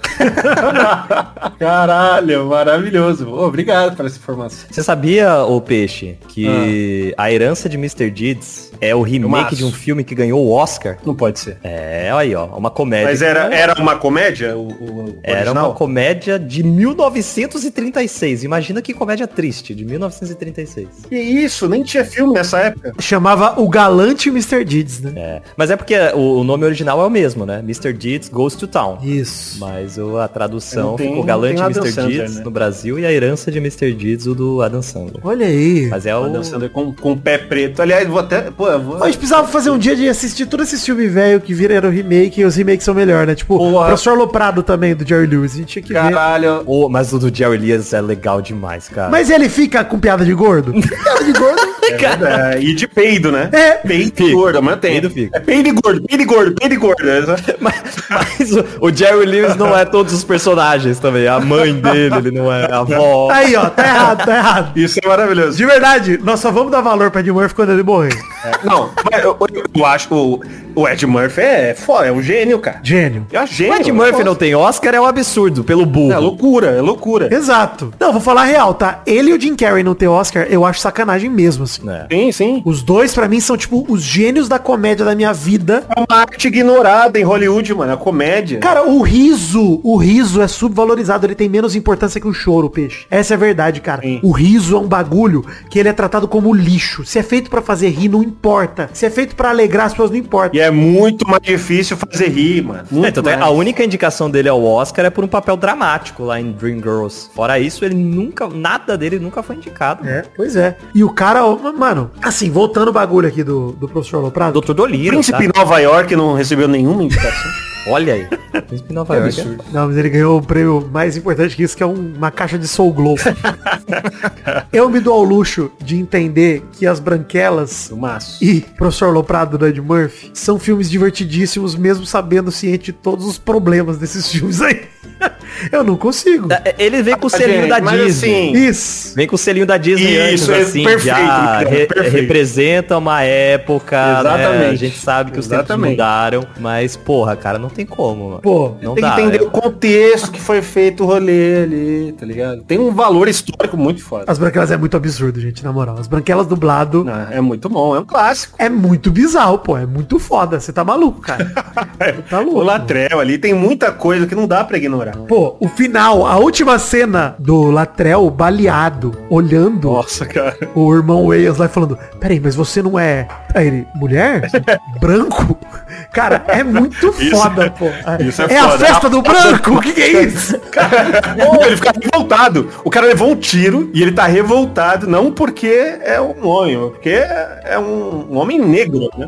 C: Caralho, maravilhoso. Ô, Obrigado por essa informação.
B: Você sabia, ô Peixe, que a herança de Mr. Deeds é o remake
C: Ah. Filmaço.
B: de um filme que ganhou o Oscar?
C: Não pode ser.
B: É, aí, ó, uma comédia.
C: Mas era, era uma comédia? O, o- o
B: Era
C: original?
B: uma comédia de 1936. Imagina que comédia triste, de 1936.
C: Que isso? Nem tinha filme nessa época.
D: Chamava o galante Mr. Deeds, né?
B: É, mas é porque o, o nome original é o mesmo, né? Mr. Deeds Goes to Town.
D: Isso.
B: Mas o- a tradução
C: Não tem-
B: ficou
C: não
B: Galante
C: tem Adam
B: Mr.
C: Sandler,
B: Deeds
C: né?
B: no Brasil e a herança de Mr. Deeds, o do Adam Sandler.
D: Olha aí.
B: Mas é o...
C: Adam Sandler com, com o pé preto. Aliás, vou até. Pô, eu vou.
D: Mas precisava fazer um dia de assistir todo esse filme velho que viraram remake e os remakes são melhor, né? Tipo, o
C: Porra.
D: Professor Loprado também, do Jerry Lewis. A gente tinha que ver.
C: Caralho.
B: Oh, mas o do Jerry Elias é legal demais, cara.
D: Mas ele fica com piada
C: <laughs>
D: de gordo? piada de gordo?
C: É verdade. e de peido, né?
D: É.
C: Peido e
B: Fica.
C: gordo, mas tem.
B: Peido fica.
C: É peido e gordo, peido e gordo, peido e gordo. É
B: <laughs> Mas, mas o, o Jerry Lewis não é todos os personagens também. A mãe dele, ele não é a avó.
D: Aí, ó, tá errado, tá errado.
C: Isso é maravilhoso.
D: De verdade, nós só vamos dar valor pra Ed Murphy quando ele morrer.
C: É. Não, mas eu, eu- eu acho que o, o Ed Murphy é foda, é um gênio, cara.
D: Gênio.
C: É um gênio.
B: O Ed Murphy não tem Oscar é um absurdo, pelo burro.
C: É loucura, é loucura.
D: Exato. Não, vou falar a real, tá? Ele e o Jim Carrey não ter Oscar, eu acho sacanagem mesmo, assim.
B: É.
C: Sim, sim.
D: Os dois, pra mim, são, tipo, os gênios da comédia da minha vida.
C: É uma arte ignorada em Hollywood, mano. A comédia.
D: Cara, o riso, o riso é subvalorizado, ele tem menos importância que o choro, peixe. Essa é a verdade, cara.
C: Sim.
D: O riso é um bagulho que ele é tratado como lixo. Se é feito pra fazer rir, não importa. Se é feito pra alegrar as pessoas, não importa.
C: E é muito mais difícil fazer rir, mano. Então, Muito
B: É, tanto é,
C: mais.
B: a única indicação dele ao Oscar é por um papel dramático lá em Dreamgirls. Fora isso, ele nunca, nada dele nunca foi indicado.
D: É, pois é. E o cara, ó, mano, assim, voltando o bagulho aqui do, do professor Loprado.
B: Doutor Doliro,
C: Príncipe
B: tá?
C: Nova York não recebeu nenhuma indicação.
B: Olha aí. Príncipe Nova
C: um
B: York. é-
D: Não, mas ele ganhou o prêmio mais importante que isso, que é um- uma caixa de
C: <laughs>
D: Soul Glow. Eu me dou ao luxo de entender que As Branquelas
C: Do maço.
D: e Professor Loprado do Ed Murphy são filmes divertidíssimos, mesmo sabendo ciente de todos os problemas desses <laughs> filmes aí. Eu não consigo.
B: Da- É, Ele vem com o
C: Ah,
B: selinho
C: gente,
B: da
C: mas
B: Disney.
C: assim,
D: Isso.
B: Vem com o selinho da Disney
C: Isso, é
B: antes, assim,
C: perfeito,
B: já
C: Ricardo,
B: re-
C: perfeito.
B: representa uma época, né? A
C: Exatamente.
B: gente sabe que os tempos
C: Exatamente.
B: mudaram, mas, porra, cara, não tem como, mano.
D: Pô,
B: não
C: tem
B: dá.
C: que entender
B: eu-
C: o contexto que foi feito o rolê ali, tá ligado? Tem um valor histórico muito foda.
D: As Branquelas é muito absurdo, gente, na moral. As Branquelas dublado
C: Não, é muito bom, é um clássico.
D: é muito bizarro, pô. É muito foda. Você tá maluco,
C: <laughs>
D: cara. Você tá louco.
C: É. O Latrell ali tem muita coisa que não dá pra ignorar.
D: Pô, o final, a última cena do Latrell baleado, olhando
C: Nossa, cara.
D: o irmão Wales lá e falando, peraí, mas você não é. Aí ele, <laughs> mulher? branco? Cara, é muito
C: Isso
D: foda,
C: é-
D: pô.
C: isso
D: é
C: é
D: a
C: foda.
D: festa do branco? O que, que é isso?
C: Pô, <laughs> ele fica revoltado. O cara levou um tiro e ele tá revoltado, não porque é um homem, mas porque é um, um homem negro, né?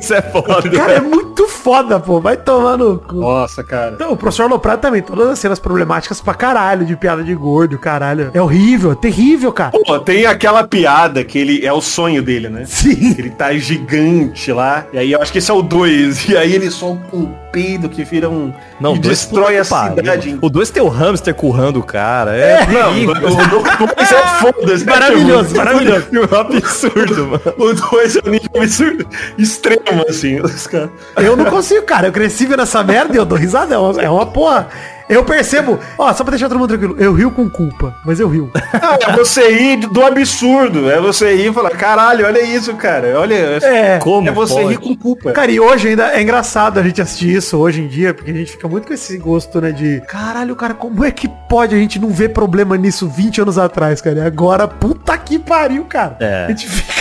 B: Isso é <laughs> foda.
D: Cara, é muito foda, pô. Vai tomar no cu.
C: Nossa, cara.
D: Então, o professor Loprado também, todas as cenas problemáticas pra caralho, de piada de gordo, caralho. É horrível, é terrível, cara.
C: Pô, tem aquela piada que ele é o sonho dele, né?
D: Sim.
C: Ele tá gigante lá. E aí eu acho que esse é o 2. E aí ele solta um peido que vira um.
B: Não,
C: e
B: dois
C: destrói
B: puta
C: a
B: que pariu,
C: cidade.
B: mano. O dois tem o hamster currando o cara. É,
C: Não,
B: terrível.
C: o 2 é
B: <laughs>
C: foda-se. né?
B: Maravilhoso,
C: Tipo,
B: maravilhoso.
C: <laughs> Um absurdo, mano. O 2 é um nível absurdo. Extremo, assim. Os caras.
D: Eu não consigo, cara. Eu cresci vendo essa merda e eu dou risada. É uma, é uma porra. Eu percebo. Ó, só pra deixar todo mundo tranquilo. Eu rio com culpa, mas eu rio.
C: Ah, é você ir do absurdo. É você ir e falar, caralho, olha isso, cara. Olha.
D: É.
B: Como
C: é você
B: pode?
C: rir com culpa.
D: Cara, e hoje ainda é engraçado a gente assistir isso hoje em dia, porque a gente fica muito com esse gosto, né, de caralho, cara, como é que pode a gente não ver problema nisso 20 anos atrás, cara? E agora, puta que pariu, cara.
B: É.
D: A gente fica...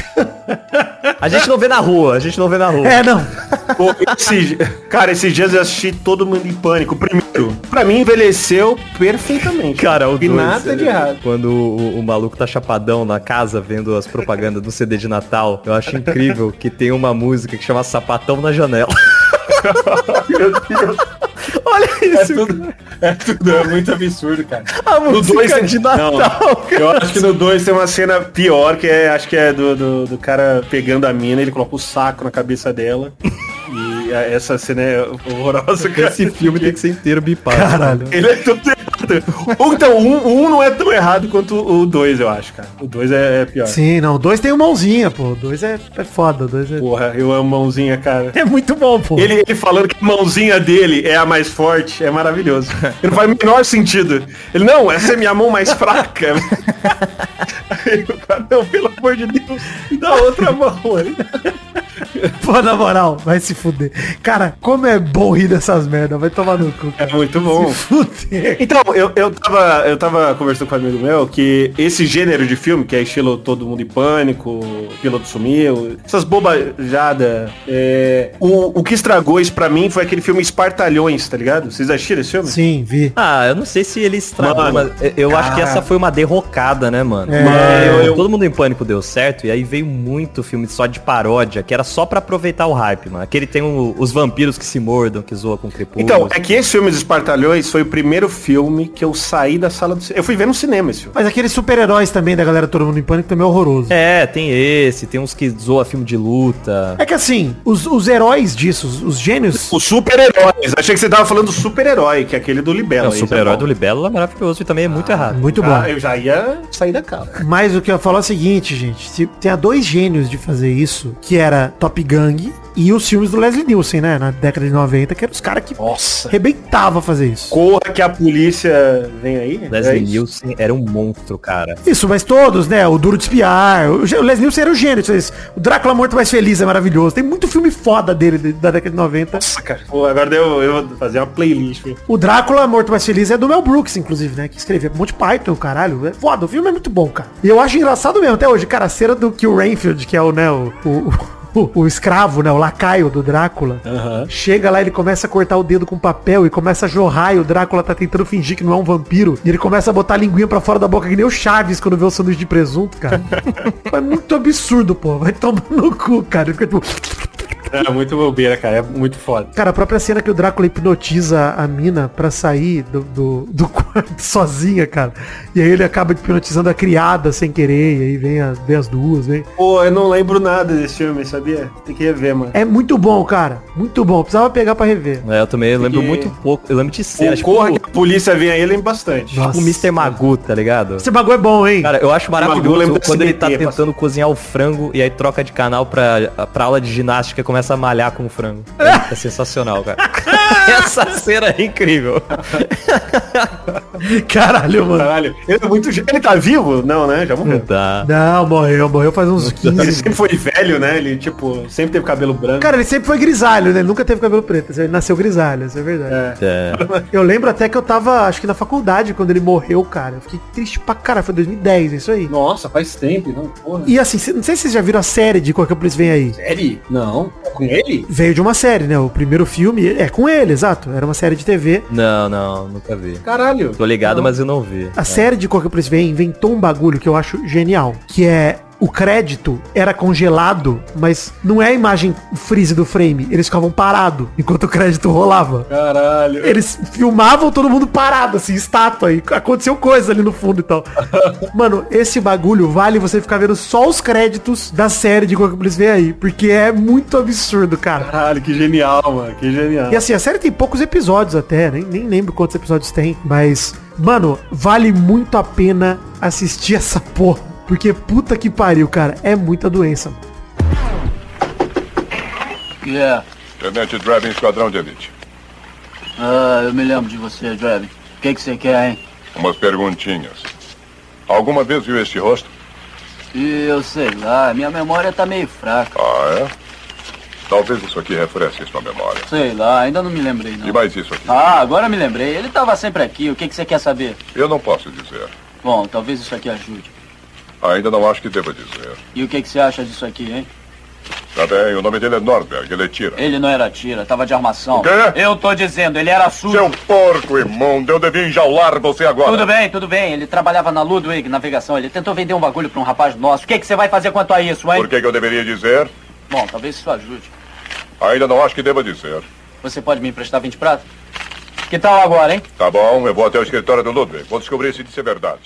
B: A gente não vê na rua, a gente não vê na rua.
D: É, não.
C: Pô, esse- cara, esses dias eu assisti todo mundo em pânico. Primeiro, pra mim envelheceu perfeitamente.
B: Cara, o
C: E
B: dois,
C: nada
B: é,
C: de errado.
B: Quando o, o maluco tá chapadão na casa vendo as propagandas do CD de Natal, eu acho incrível que tem uma música que chama Sapatão na Janela. <laughs> Olha
C: É
B: isso,
C: tudo, é tudo, é muito absurdo, cara.
B: a
C: No dois
B: música
C: tem-
B: de Natal.
C: Não,
B: cara.
C: eu acho que no 2 tem uma cena pior, que é, acho que é do, do, do cara pegando a mina, ele coloca o saco na cabeça dela. e a- essa cena é horrorosa, cara.
B: Esse filme tem que ser inteiro bipado.
D: Caralho.
C: Ele é todo errado. Ou Então, um, um não é tão errado quanto o 2, eu acho, cara. O 2 é, é pior.
D: Sim, não. Dois tem mãozinha, pô. Dois é, é foda. Dois é...
C: Porra, eu amo mãozinha, cara.
D: É muito bom, pô.
C: Ele, ele falando que a mãozinha dele é a mais forte, é <laughs> maravilhoso. Ele não faz o menor sentido. Ele, não, essa é minha mão mais <laughs> fraca. Aí o cara, não, pelo amor de Deus, me dá outra mão. ali."
D: Pô, na moral, vai se fuder. Cara, como é bom rir dessas merdas. Vai tomar no cu.
C: É
D: Cara.
C: muito bom.
D: Se fuder.
C: Então, eu, eu, tava, eu tava conversando com um amigo meu que esse gênero de filme, que é estilo Todo Mundo em Pânico, Piloto Sumiu, essas bobajadas, é, o, o que estragou isso pra mim foi aquele filme Espartalhões, tá ligado? Vocês assistiram esse filme?
D: Sim, vi.
B: Ah, eu não sei se ele estragou,
C: Mano,
B: mas eu acho que
C: cara.
B: essa foi uma derrocada, né, mano?
D: É.
B: Mano,
C: eu-
B: Todo mundo em pânico deu certo, e aí veio muito filme só de paródia, que era só pra aproveitar o hype, mano. Aquele tem o- os vampiros que se mordam, que zoa com crepúsculo.
C: Então, é que esse filme dos Espartalhões foi o primeiro filme que eu saí da sala do cinema. Eu fui ver no cinema esse filme.
D: Mas aqueles super-heróis também da galera Todo Mundo em Pânico também é horroroso.
B: É, tem esse, tem uns que zoa filme de luta.
D: É que assim, os, os heróis disso, os, os gênios.
C: Os super-heróis. Achei que você tava falando do super-herói, que é aquele do Libelo.
B: Não, o
C: aí,
B: super-herói
C: tá
B: do
C: bom.
B: Libelo é maravilhoso e também é muito errado.
D: Muito bom.
C: Ah, eu já ia sair da casa.
D: Mas o que eu ia falar é o seguinte, gente. Se, tinha dois gênios de fazer isso, que era Top Gang e os filmes do Leslie Nielsen, né? Na década de 90, que eram os caras que
C: Nossa.
D: rebentava fazer isso.
C: Corra que a polícia vem aí.
B: Leslie
C: É isso.
B: Nielsen era um monstro, cara.
D: Isso, mas todos, né? O Duro de Espiar, o Ge- o Leslie Nielsen era o gênio. tipo isso. O Drácula Morto Mais Feliz é maravilhoso. Tem muito filme foda dele de- da década de 90.
C: Nossa, cara. Pô, agora eu, eu vou fazer uma playlist. viu?
D: O Drácula Morto Mais Feliz é do Mel Brooks, inclusive, né? Que escreveu Monty Python, caralho. É foda, o filme é muito bom, cara. E eu acho engraçado mesmo, até hoje, cara, a cena do que o Rainfield, que é o, né, o, o, <laughs> o- o escravo, né? O lacaio do Drácula. Chega lá, ele começa a cortar o dedo com papel e começa a jorrar e o Drácula tá tentando fingir que não é um vampiro. E ele começa a botar a linguinha pra fora da boca, que nem o Chaves quando vê o sanduíche de presunto, cara. é muito absurdo, pô. Vai tomar no cu, cara. Ele fica tipo...
C: É muito bobeira, cara. É muito foda.
D: Cara, a própria cena que o Drácula hipnotiza a mina pra sair do, do, do <laughs> quarto sozinha, cara. E aí ele acaba hipnotizando a criada sem querer, e aí vem as, vem as duas, vem.
C: Pô, eu não lembro nada desse filme, sabia? Tem que rever, mano.
D: É muito bom, cara. Muito bom. Precisava pegar pra rever.
B: É, eu também lembro
C: Porque-
B: muito pouco. Eu lembro de
C: O
B: cena, tipo,
C: Corra
B: tipo
C: que a polícia vem aí, eu lembro bastante.
D: Nossa.
B: o Mr. Magoo, tá ligado?
D: Esse bagulho é bom, hein?
B: Cara, eu acho
C: Magoo, eu
B: maravilhoso
C: lembro do
B: quando ele tá
C: SBT,
B: tentando cozinhar o frango e aí troca de canal pra, pra aula de ginástica e começa a malhar com o frango. É, é sensacional,
C: <laughs>
B: cara. Essa cena é incrível.
D: Caralho, mano.
C: Caralho, ele é muito. ge- Ele tá vivo? Não, né? Já morreu.
B: Tá.
D: Não, morreu, morreu faz uns
C: Ele
D: 15.
C: sempre foi velho, né? Ele, tipo, sempre teve cabelo branco.
D: Cara, ele sempre foi grisalho, né? Ele nunca teve cabelo preto. Ele nasceu grisalho, isso é verdade.
B: É.
D: Eu lembro até que eu tava, acho que na faculdade, quando ele morreu, cara. Eu fiquei triste pra caralho. Foi 2010, é isso aí.
C: Nossa, faz tempo, não? Porra.
D: E assim, cê- não sei se vocês já viram a série de Qualquer Polícia Vem Aí.
C: Série? Não. É com ele?
D: Veio de uma série, né? O primeiro filme é com ele, exato. Era uma série de TV.
B: Não, não, nunca vi.
C: Caralho.
B: Tô ligado, mas eu não vi.
D: A série de Qualquer Polícia Vem inventou um bagulho que eu acho genial, que é o crédito era congelado, mas não é a imagem freeze do frame. Eles ficavam parados enquanto o crédito rolava.
C: Caralho.
D: Eles filmavam todo mundo parado, assim, estátua. E aconteceu coisa ali no fundo e tal. Mano, esse bagulho vale você ficar vendo só os créditos da série de Qualquer Polícia Vem Aí. Porque é muito absurdo, cara.
C: Caralho, que genial, mano. Que genial.
D: E assim, a série tem poucos episódios até, nem, nem lembro quantos episódios tem, mas, mano, vale muito a pena assistir <laughs> essa porra. Porque puta que pariu, cara, é muita doença.
E: que é?
F: Tenente Draven, Esquadrão de Elite.
E: Ah, eu me lembro de você, Draven. O que, que você quer, hein?
F: Umas perguntinhas. Alguma vez viu este rosto?
E: Ih, eu sei lá, minha memória tá meio fraca.
F: Ah, é? Talvez isso aqui refresque sua memória.
E: Sei lá, ainda não me lembrei, não.
F: E mais isso aqui.
E: Ah, agora me lembrei. Ele tava sempre aqui. O que, que você quer saber?
F: Eu não posso dizer.
E: Bom, talvez isso aqui ajude.
F: Ainda não acho que deva dizer.
E: E o que, que você acha disso aqui, hein?
F: Tá bem, o nome dele é Norberg, ele tira.
E: Ele não era tira, tava de armação.
F: O quê?
E: Eu tô dizendo, ele era sujo.
F: Seu porco imundo, eu devia enjaular você agora.
E: Tudo bem, tudo bem. Ele trabalhava na Ludwig, navegação. Ele tentou vender um bagulho pra um rapaz nosso. O que, que você vai fazer quanto a isso, hein?
F: Por que, que eu deveria dizer?
E: Bom, talvez isso ajude.
F: Ainda não acho que deva dizer.
E: Você pode me emprestar 20 pratos? Que tal agora, hein?
F: Tá bom, eu vou até o escritório do Ludwig. Vou descobrir se disse é verdade.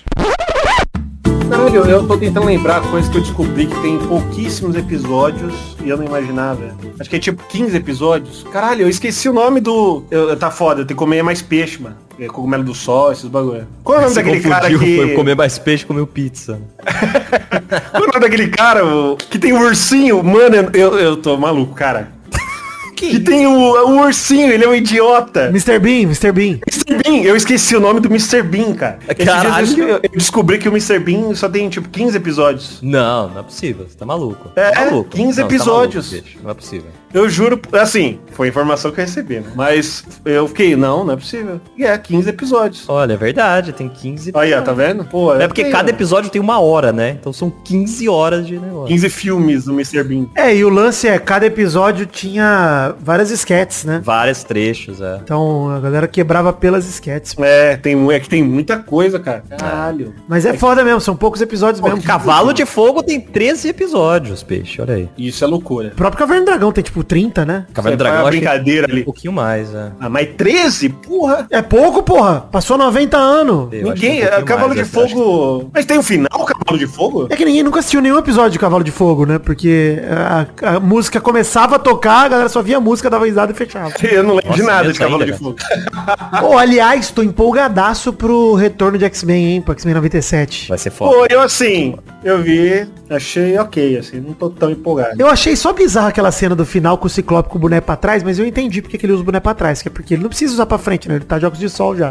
C: Caralho, eu tô tentando lembrar coisas que eu descobri que tem pouquíssimos episódios e eu não imaginava. Acho que é tipo 15 episódios. Caralho, eu esqueci o nome do. Eu, eu- tá foda, eu tenho que comer mais peixe, mano. É, Cogumelo do sol, esses bagulho. Qual é o nome
B: Se
C: daquele cara
B: confundiu,
C: que.
B: Foi comer mais peixe, comeu pizza.
C: Qual é o nome daquele cara o- que tem o ursinho? Mano, eu, eu, eu tô
B: <laughs>
C: maluco, cara. que tem o, o ursinho, ele é um idiota.
D: Mr. Bean, Mr. Bean.
C: Mr. Bean, eu esqueci o nome do Mr. Bean, cara. Esses dias eu-
B: Caralho.
C: Eu, eu descobri que o Mr. Bean só tem tipo 15 episódios.
B: Não, não é possível. Você tá maluco.
C: É,
B: Tá maluco.
C: 15
B: Não, tá
C: episódios.
B: maluco, bicho, não é possível.
C: Eu juro, assim, foi a informação que eu recebi, né? Mas eu fiquei, não, não é possível. E é, 15 episódios.
B: Olha, é verdade, tem 15
C: Aí, ó, tá vendo? Pô, né?
B: É porque cada episódio tem uma hora, né? Então são 15 horas de negócio.
C: 15 filmes do Mr. Bean.
D: É, e o lance é, cada episódio tinha várias esquetes, né?
B: Vários trechos, é.
D: Então a galera quebrava pelas esquetes.
C: É, tem, mu- é que tem muita coisa, cara.
B: Ah.
C: Caralho.
D: Mas é foda mesmo, são poucos episódios mesmo.
B: Cavalo de Fogo tem 13 episódios, peixe, olha aí.
C: Isso é loucura.
D: O próprio Caverna do Dragão tem tipo com 30, né?
B: Cavaleiro do
C: Você
B: Dragão,
C: faz uma
B: acho que
C: brincadeira
B: tem
C: ali.
B: Um pouquinho mais, né?
C: Ah, mas 13? Porra!
D: É pouco, porra. Passou 90 anos.
B: Eu acho que
C: ninguém. é
B: um pouquinho
C: Cavalo
B: mais,
C: de
B: eu acho que-
C: Fogo. Mas tem um final, Cavalo de Fogo?
D: É que ninguém nunca assistiu nenhum episódio de Cavalo de Fogo, né? Porque a, a música começava a tocar, a galera só via a música, dava risada e fechava.
C: Eu não lembro
B: Nossa,
C: de nada de
B: menos
C: Cavalo
B: ainda,
C: de Fogo.
D: Ô, aliás, tô empolgadaço pro retorno de X-Men, hein? Pro X-Men 97.
B: Vai ser foda.
C: Pô, eu assim, eu vi, achei ok, assim, não tô tão empolgado.
D: Eu achei só bizarra aquela cena do final com o Ciclope com o boné pra trás, mas eu entendi porque que ele usa o boné pra trás, que é porque ele não precisa usar pra frente, né? Ele tá de óculos de
C: <laughs>
D: sol já.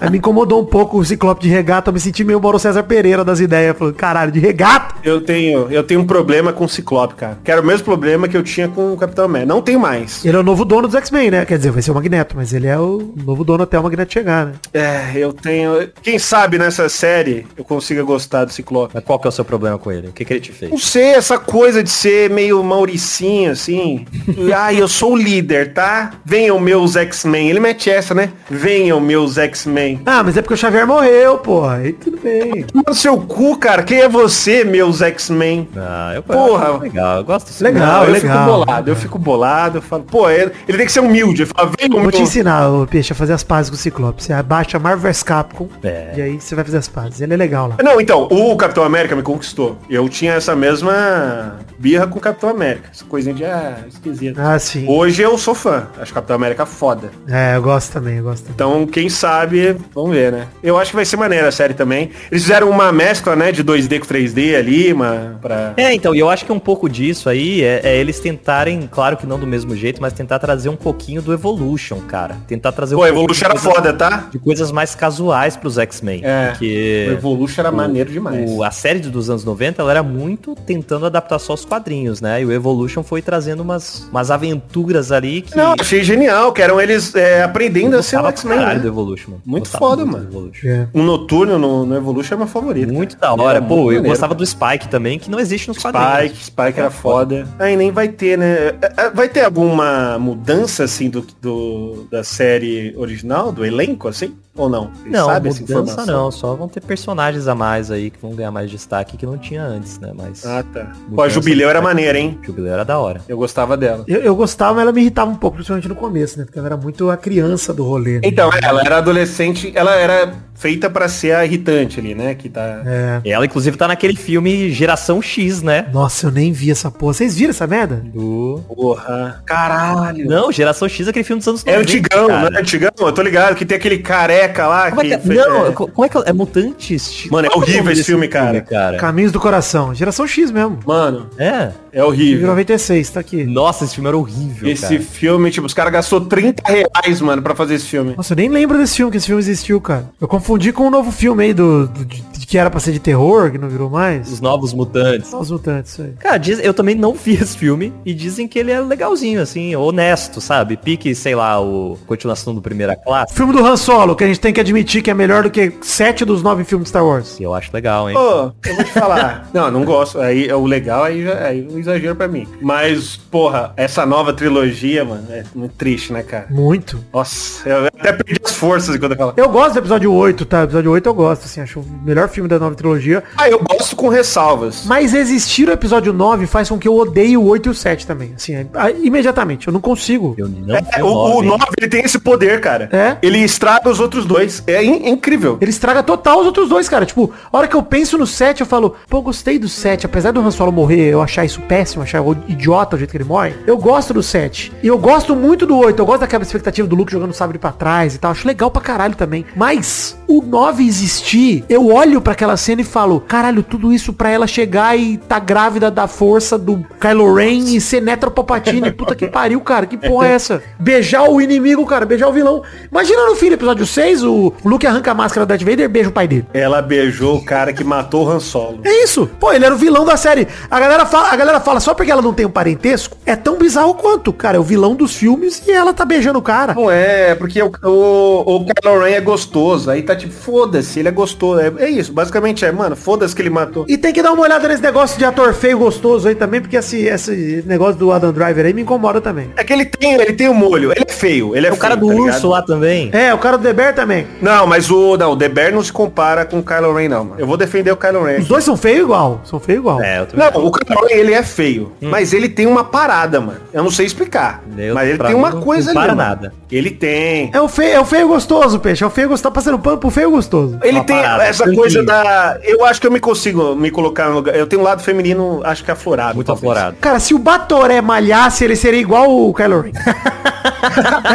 D: Aí me incomodou um pouco o Ciclope de regata, eu me senti meio Mauro César Pereira das ideias, falando, caralho, de regata?
C: Eu tenho, eu tenho um problema com o Ciclope, cara. Que era o mesmo problema que eu tinha com o Capitão América. Não tem mais.
D: Ele é o novo dono dos X-Men, né? Quer dizer, vai ser o Magneto, mas ele é o novo dono até o Magneto chegar, né?
C: É, eu tenho. Quem sabe nessa série eu consiga gostar do Ciclope.
B: Mas qual que é o seu problema com ele? O que, que ele te
C: Não
B: fez?
C: sei, essa coisa de ser meio Mauricinho, assim. <laughs> Ai, eu sou o líder, tá? Venham meus X-Men. Ele mete essa, né? Venham meus X-Men.
D: Ah, mas é porque o Xavier morreu, porra. Aí tudo bem.
C: Mano, seu cu, cara. Quem é você, meus X-Men?
B: Ah, eu
C: Porra.
B: eu acho legal, eu gosto disso.
D: Legal.
C: Não, eu
D: legal.
C: fico bolado, é. eu fico bolado, eu falo, pô, ele, ele tem que ser humilde, ele fala, vem
D: Vou te
C: humilde.
D: ensinar, ô, Peixe, a fazer as pazes com o Ciclope. Você abaixa Marvel vs Capcom
B: É.
D: e aí você vai fazer as pazes. Ele é legal lá.
C: Não, então, o Capitão América me conquistou. Eu tinha essa mesma birra com o Capitão América. Essa coisinha de ah, esquisita.
D: Ah, sim.
C: Hoje eu sou fã, acho o Capitão América foda.
D: É, eu gosto também, eu gosto também.
C: Então, quem sabe, vamos ver, né? Eu acho que vai ser maneira a série também. Eles fizeram uma mescla, né, de 2D com 3D ali, uma, pra...
B: É, então, e eu acho que um pouco disso aí é, é eles tentarem, claro que não do mesmo jeito, mas tentar trazer um pouquinho do Evolution, cara. Tentar trazer um
C: Pô,
B: pouco de
C: Evolution era
B: coisas-
C: foda, tá?
B: De coisas mais casuais pros X-Men.
C: É,
B: Porque...
C: O Evolution era maneiro demais.
B: O- a série dos anos 90, ela era muito tentando adaptar só os quadrinhos, né? E o Evolution foi trazendo umas, umas aventuras ali que...
C: Não, achei genial, que eram eles é, aprendendo a ser
B: gostava
C: o
B: pra
C: X-Men,
B: caralho do
C: né?
B: Evolution. mano.
C: Muito
B: Gostava
C: foda,
B: muito
C: mano.
B: do Evolution.
D: É.
C: O Noturno no, no Evolution é meu favorito.
B: Muito
C: cara.
B: da hora.
C: Era
B: Pô,
C: muito
B: eu
C: maneiro,
B: gostava
C: cara.
B: do Spike também, que não existe nos quadrinhos.
C: Spike, Spike era É foda. Aí nem vai ter, né? É, é, Vai ter alguma mudança, assim, do, do- da série original, do elenco, assim? Ou não? Vocês
B: Não,
C: sabem
B: mudança não, só vão ter personagens a mais aí que vão ganhar mais destaque que não tinha antes, né? Mas
C: Ah, tá. Pô, a
B: Mudança
C: Jubileu
B: de
C: era
B: Spike.
C: maneira, hein?
B: Jubileu era da hora.
C: Eu gostava dela.
D: Eu, eu gostava, mas ela me irritava um pouco, principalmente no começo, né? Porque ela era muito a criança do rolê. Né?
C: Então, ela era adolescente, ela era feita pra ser a irritante ali, né? Que tá...
D: É.
B: Ela, inclusive, tá naquele filme Geração X, né?
D: Nossa, eu nem vi essa porra. Vocês viram essa merda?
B: Do...
C: Porra. Caralho.
B: Não, Geração X é aquele filme dos anos
C: É antigão,
B: cara.
C: né? Antigão, eu tô ligado, que tem aquele careca lá.
B: Como é que é?
C: fe-
B: Não,
C: é.
B: co- como é que é? É Mutantes? X?
C: Mano, é
B: Qual o
C: horrível
B: nome
C: esse
B: desse
C: filme, cara.
D: Caminhos do Coração. Geração X mesmo.
C: Mano,
B: É.
C: é
D: De
C: horrível.
D: 96, tá aqui.
B: Nossa, esse filme era horrível,
C: Esse
B: cara.
C: filme, tipo, os caras gastou 30 reais, mano, pra fazer esse filme.
D: Nossa, eu nem lembro desse filme, que esse filme existiu, cara. Eu confundi com um novo filme aí do, do- de- de- que era pra ser de terror, que não virou mais.
B: Os Novos Mutantes.
D: Só os mutantes, isso aí.
B: Cara, diz- eu também não vi esse filme e dizem que ele é legalzinho, assim, honesto, sabe? Pique, sei lá, o continuação do Primeira
D: O
B: Classe.
D: filme do Han Solo, que a gente tem que admitir que é melhor do que sete dos nove filmes de Star Wars.
B: Eu acho legal, hein?
C: Pô, eu vou te falar. <laughs> não, não gosto. Aí é o legal, aí já- aí é um exagero pra mim. Mas, porra, essa nova trilogia, mano, é muito triste, né, cara?
D: Muito.
C: Nossa, eu até perdi as forças enquanto eu falava.
D: Eu gosto do episódio 8, tá? Episódio 8 eu gosto, assim, acho o melhor filme da nova trilogia.
C: Ah, eu gosto com ressalvas.
D: Mas existir o episódio 9 faz com que eu odeie o 8 e o 7 também. Assim, é- ah, imediatamente. Eu não consigo.
B: Eu não vi
C: É,
B: o
C: o, o
B: nome, hein?
C: 9, ele tem esse poder, cara.
D: É?
C: Ele estraga os outros dois. É in- incrível.
D: Ele estraga total os outros dois, cara. Tipo, a hora que eu penso no 7, eu falo, pô, eu gostei do 7. Apesar do Han Solo morrer, eu achar isso péssimo, achar o- idiota o jeito que ele morre, eu gosto do 7. E eu gosto muito do 8. Eu gosto daquela expectativa do Luke jogando o sabre pra trás e tal. Acho legal pra caralho também. Mas o 9 existir, eu olho pra aquela cena e falo, caralho, tudo isso pra ela chegar e tá grávida da força do Kylo Ren e ser Netra Palpatine. Puta que pariu, cara. Que porra é essa? Beijar o inimigo, cara. Beijar o vilão. Imagina no fim do episódio 6, o Luke arranca a máscara do Darth Vader e beija o pai dele.
C: Ela beijou o cara que matou o Han Solo.
D: É isso. Pô, ele era o vilão da série. A galera fala, a galera fala só porque ela não tem um parentesco, é tão bizarro quanto. Cara, é o vilão dos filmes e ela tá beijando o cara.
C: Não é, porque o, o, o Kylo Ren é gostoso, aí tá tipo, foda-se, ele é gostoso. É, é isso, basicamente é, mano, foda-se que ele matou.
D: E tem que dar uma olhada nesse negócio de ator feio gostoso aí também, porque esse, esse negócio do Adam Driver aí me incomoda também.
C: É que ele tem, ele tem o molho, ele é feio, ele é
B: O cara do urso lá também.
D: É, o cara do The Bear também.
C: Não, mas o não, o The Bear não se compara com o Kylo Ren não, mano. Eu vou defender o Kylo Ren.
D: Os dois são feios igual. São feios igual.
B: É, eu tô...
C: Não, o Kylo Ren ele é feio,
B: Hum.
C: mas ele tem uma parada, mano. Eu não sei explicar,
B: Eu-
C: mas ele
B: pra
C: tem
B: mim
C: uma
B: não-
C: coisa
B: não
C: ali.
B: para
C: mano.
B: nada.
C: Ele tem.
D: É o feio, é o feio gostoso, peixe. É o feio gostoso. Tá passando pano pro feio gostoso.
C: Ele
B: Uma
C: tem
B: parada,
C: essa
B: tem um
C: coisa
B: que-
C: da. Eu acho que eu me consigo me colocar no lugar. Eu tenho um lado feminino, acho que aflorado.
B: Muito
C: talvez.
B: aflorado.
D: Cara, se o Batoré malhasse, ele seria igual o
B: <laughs>
D: Kylo Ren.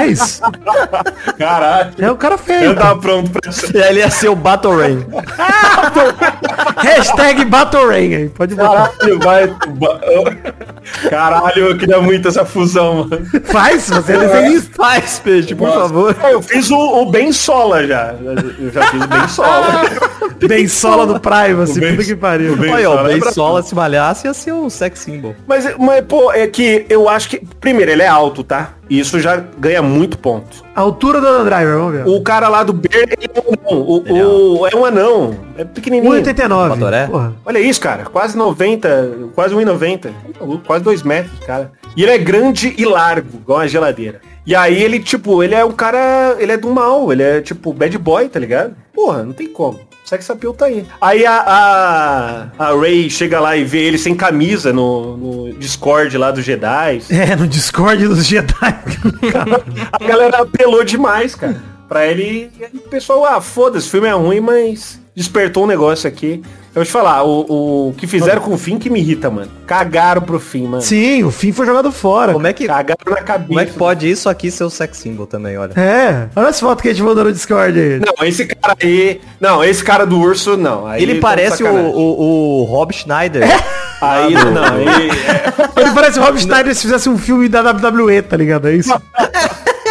D: é isso.
C: Caralho.
D: É o cara
C: Eu
D: feio. cara.
C: tava pronto pra isso.
B: E aí ele ia ser o Battle Rain.
D: <laughs> Hashtag Batoré aí. Pode botar.
C: Caralho, vai. Caralho, eu queria muito essa fusão, mano.
D: Faz, você é desenhista.
B: Faz, peixe, por favor.
C: É, Eu fiz o, o Ben Sola já. Eu já fiz o
B: <laughs>
C: Ben Sola.
D: Bem sola do Privacy.
C: Ben-
D: Puta que pariu.
C: o Ben
B: Olha, o
C: Sola é
B: Ben
C: pra-
B: Sola se malhasse ia ser um sex symbol.
C: Mas, mas, pô, é que eu acho que. Primeiro, ele é alto, tá? E isso já ganha muito ponto.
D: A altura do Adam Driver, vamos ver.
C: O cara lá do Bear, ele é um anão. O-
B: Ele é
C: o- é um anão. É pequenininho.
D: 1,89.
B: Batoré?
D: Porra.
C: Olha isso, cara. Quase 90, quase 1,90. Tá maluco, Quase 2 metros, cara. E ele é grande e largo, igual uma geladeira. E aí ele, tipo, ele é um cara. Ele é do mal, ele é tipo bad boy, tá ligado? Porra, não tem como. Sex appeal tá aí. Aí a, a, a Ray chega lá e vê ele sem camisa no, no Discord lá dos Jedi.
D: É, no Discord dos Jedi.
B: <laughs>
C: A galera apelou demais, cara. Pra ele, e aí o pessoal, ah, foda-se, o filme é ruim, mas despertou um negócio aqui. Eu vou te falar, o, o que fizeram com o fim que me irrita, mano. Cagaram pro fim, mano.
D: Sim, o fim foi jogado fora.
B: Como é que,
C: Cagaram na cabeça.
B: como é que pode isso aqui ser o sex symbol também, olha?
D: É, olha as fotos que a gente mandou no Discord aí.
C: Não, esse cara aí. Não, esse cara do urso, não. Aí
B: Ele
C: tá
B: parece o,
C: sacanagem.
B: o, o Rob Schneider.
C: É, Aí não, não. Aí, é,
D: Ele parece o Rob Schneider se fizesse um filme da WWE, tá ligado? É
C: <laughs>
D: isso?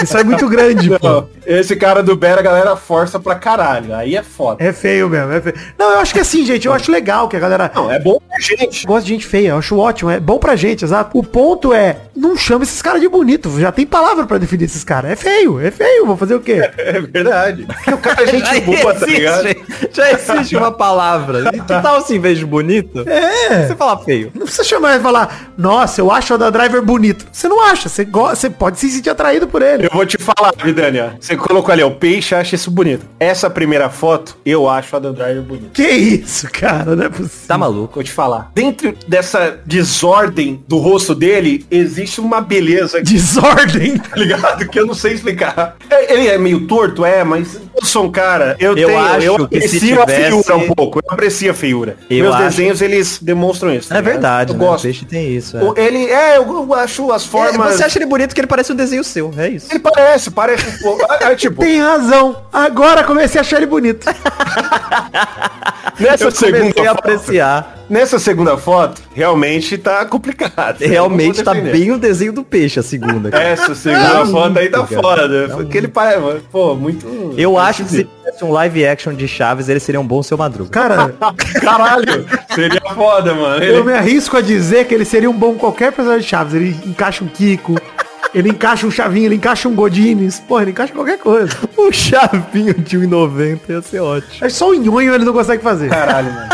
D: Isso é muito grande, pô.
C: não. Esse cara do Bera, a galera força pra caralho. Aí é foda.
D: É feio mesmo, é feio. Não, eu acho que assim, gente, eu acho legal que a galera
C: Não, é bom pra gente.
D: gosta de gente feia, eu acho ótimo, é bom pra gente, exato. O ponto é, não chama esses caras de bonito, já tem palavra pra definir esses caras. É feio, é feio, vou fazer o quê?
C: É verdade. O cara é gente
B: <laughs>
C: boa, tá ligado?
B: já existe uma palavra. E que tal se em vez de bonito?
D: É.
B: Você fala feio.
D: Não precisa chamar e falar, nossa, eu acho o da Driver bonito. Você não acha, você, go- você pode se sentir atraído por ele.
C: Eu vou te falar, Vidani, ó. Você colocou ali, ó, o peixe acha isso bonito. Essa primeira foto, eu acho a do Driver bonita.
D: Que isso, cara, não é possível.
B: Tá maluco?
C: Vou te falar. Dentro dessa desordem do rosto dele, existe uma beleza, <laughs> tá
D: Desordem.
C: ligado? Que eu não sei explicar. É, Ele é meio torto, é, mas eu sou um cara. Eu,
B: Eu
C: tenho,
B: acho
C: eu
B: que se
C: aprecio a
B: tivesse-
C: feiura um pouco. Eu aprecio a feiura.
B: Eu
C: Meus
B: acho-
C: desenhos, eles demonstram isso. tá
B: É
C: ligado?
B: verdade,
C: Eu
B: né? O
C: gosto.
B: peixe tem isso. é.
C: O- Ele, é, eu eu acho as
B: É,
C: formas.
B: Você acha ele bonito que ele parece um desenho seu, é isso.
C: Ele parece, parece um pouco. É, é, tipo,
D: Tem razão. Agora comecei a achar ele bonito.
C: nessa
B: Eu comecei a
C: segunda foto,
B: apreciar.
C: Nessa segunda foto, realmente tá complicado.
B: <laughs> Realmente
C: Eu
B: tá
C: não vou defender. É,
B: bem o desenho do peixe a segunda. cara.
C: Essa segunda foto aí tá foda. Aquele pai, pô, muito.
B: Eu acho que se tivesse um live action de Chaves, ele seria um bom seu madruga.
C: Tá
D: Cara,
C: Caralho, seria foda, mano.
D: eu me arrisco a dizer que ele seria um bom qualquer personagem de Chaves. Ele encaixa um Kiko, ele encaixa um Chavinho, ele encaixa um Godines. Porra, ele encaixa qualquer coisa.
B: <laughs> Um chavinho de 1,90 ia ser ótimo.
D: É só o nhonho ele não consegue fazer.
C: Caralho, mano.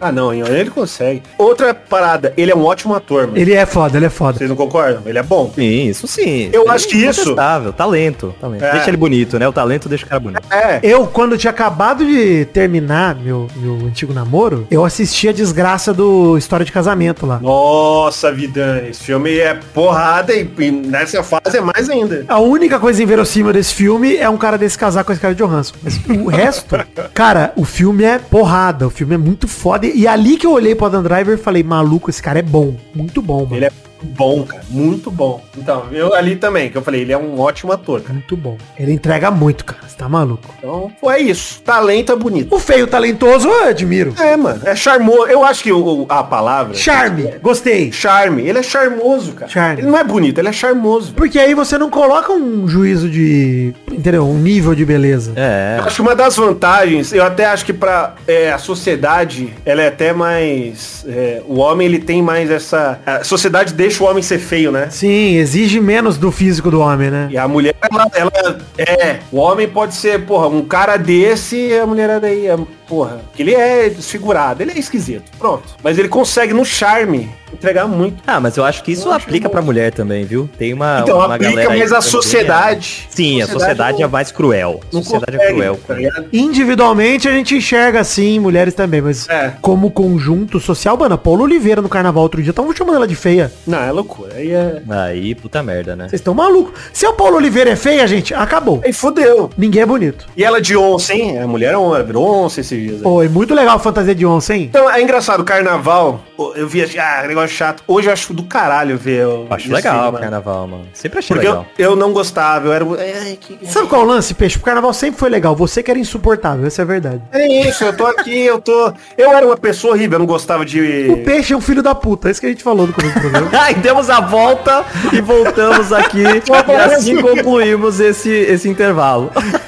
C: Ah, não, Ian, ele consegue. Outra parada, ele é um ótimo ator, mano.
D: Ele é foda, ele é foda.
C: Vocês não concordam? Ele é bom.
B: Sim, isso sim.
C: Eu
B: Ele
C: acho que
B: é
C: isso-
B: incontestável, Talento. talento.
C: É.
B: Deixa ele bonito, né? O talento deixa o cara bonito.
C: É.
D: Eu, quando tinha acabado de terminar meu, meu antigo namoro, eu assisti a desgraça do História de Casamento lá.
C: Nossa, Vidani, esse filme é porrada e, e nessa fase é mais ainda.
D: A única coisa inverossímil desse filme é um cara desse casar com a Scarlett Johansson. Mas
C: <laughs>
D: o resto, cara, o filme é porrada. O filme é muito foda. E ali que eu olhei pro Adam Driver e falei, maluco, esse cara é bom. Muito bom, mano.
C: Ele é bom, cara, muito bom. Então, eu ali também, que eu falei, ele é um ótimo ator, cara.
D: Muito bom. Ele entrega muito, cara. Você tá maluco?
C: Então, pô, é isso. Talento é bonito.
D: O feio talentoso, eu admiro.
C: É, mano. É charmoso. Eu acho que o- o- a palavra.
D: Charme. Gostei.
C: Charme. Ele é charmoso, cara.
D: Charme.
C: Ele não é bonito, ele é charmoso. velho.
D: Porque aí você não coloca um juízo de. Entendeu? Um nível de beleza.
B: É.
C: Eu Acho que uma das vantagens, eu até acho que pra é, a sociedade, ela é até mais. é, o homem, ele tem mais essa. A sociedade deixa o homem ser feio, né?
D: Sim, exige menos do físico do homem, né?
C: E a mulher, ela, ela- é, o homem pode ser, porra, um cara desse e a mulherada aí, é, porra, que ele é desfigurado, ele é esquisito, pronto. Mas ele consegue, no charme, entregar muito.
B: Ah, mas eu acho que isso aplica pra mulher também, viu? Tem uma,
C: Então,
B: uma
C: aplica,
B: aí
C: mas a
B: que também é-
C: sociedade...
B: Sim, a sociedade é
C: não-
B: mais cruel. A
C: não
B: sociedade é
C: consegue,
B: cruel.
C: tá ligado?
D: Individualmente a gente enxerga assim, mulheres também, mas
C: É.
D: como conjunto social, mano, a Paula Oliveira no carnaval outro dia, estavam chamando ela de feia.
C: Não, é loucura, aí é...
B: Aí, puta merda, né?
D: Vocês estão malucos. Se a Paula Oliveira é feia, gente, acabou.
C: Aí fodeu.
D: Ninguém é bonito.
C: E ela de onça, hein? A mulher é onça, virou onça esses dias. aí.
D: Pô, é muito legal a fantasia de onça, hein?
C: Então, é engraçado, carnaval, eu via, ah, negócio chato. Hoje eu acho do caralho ver o...
B: Acho
C: desfile,
B: legal o
C: mano.
B: carnaval, mano. Sempre achei
C: Porque eu,
B: legal. <laughs>
C: eu não gostava, eu era... Ai, que-
D: Sabe qual é o lance, peixe? O carnaval sempre foi legal. Você que era insuportável, essa é a verdade.
C: É isso, eu tô aqui, eu tô. Eu era uma pessoa horrível, eu não gostava
D: O
C: de.
D: peixe é um filho da puta, é isso que a gente falou no começo do
C: <laughs>
D: programa.
B: Ai, demos a volta e voltamos aqui. e assim concluímos esse, esse intervalo.
C: Ah.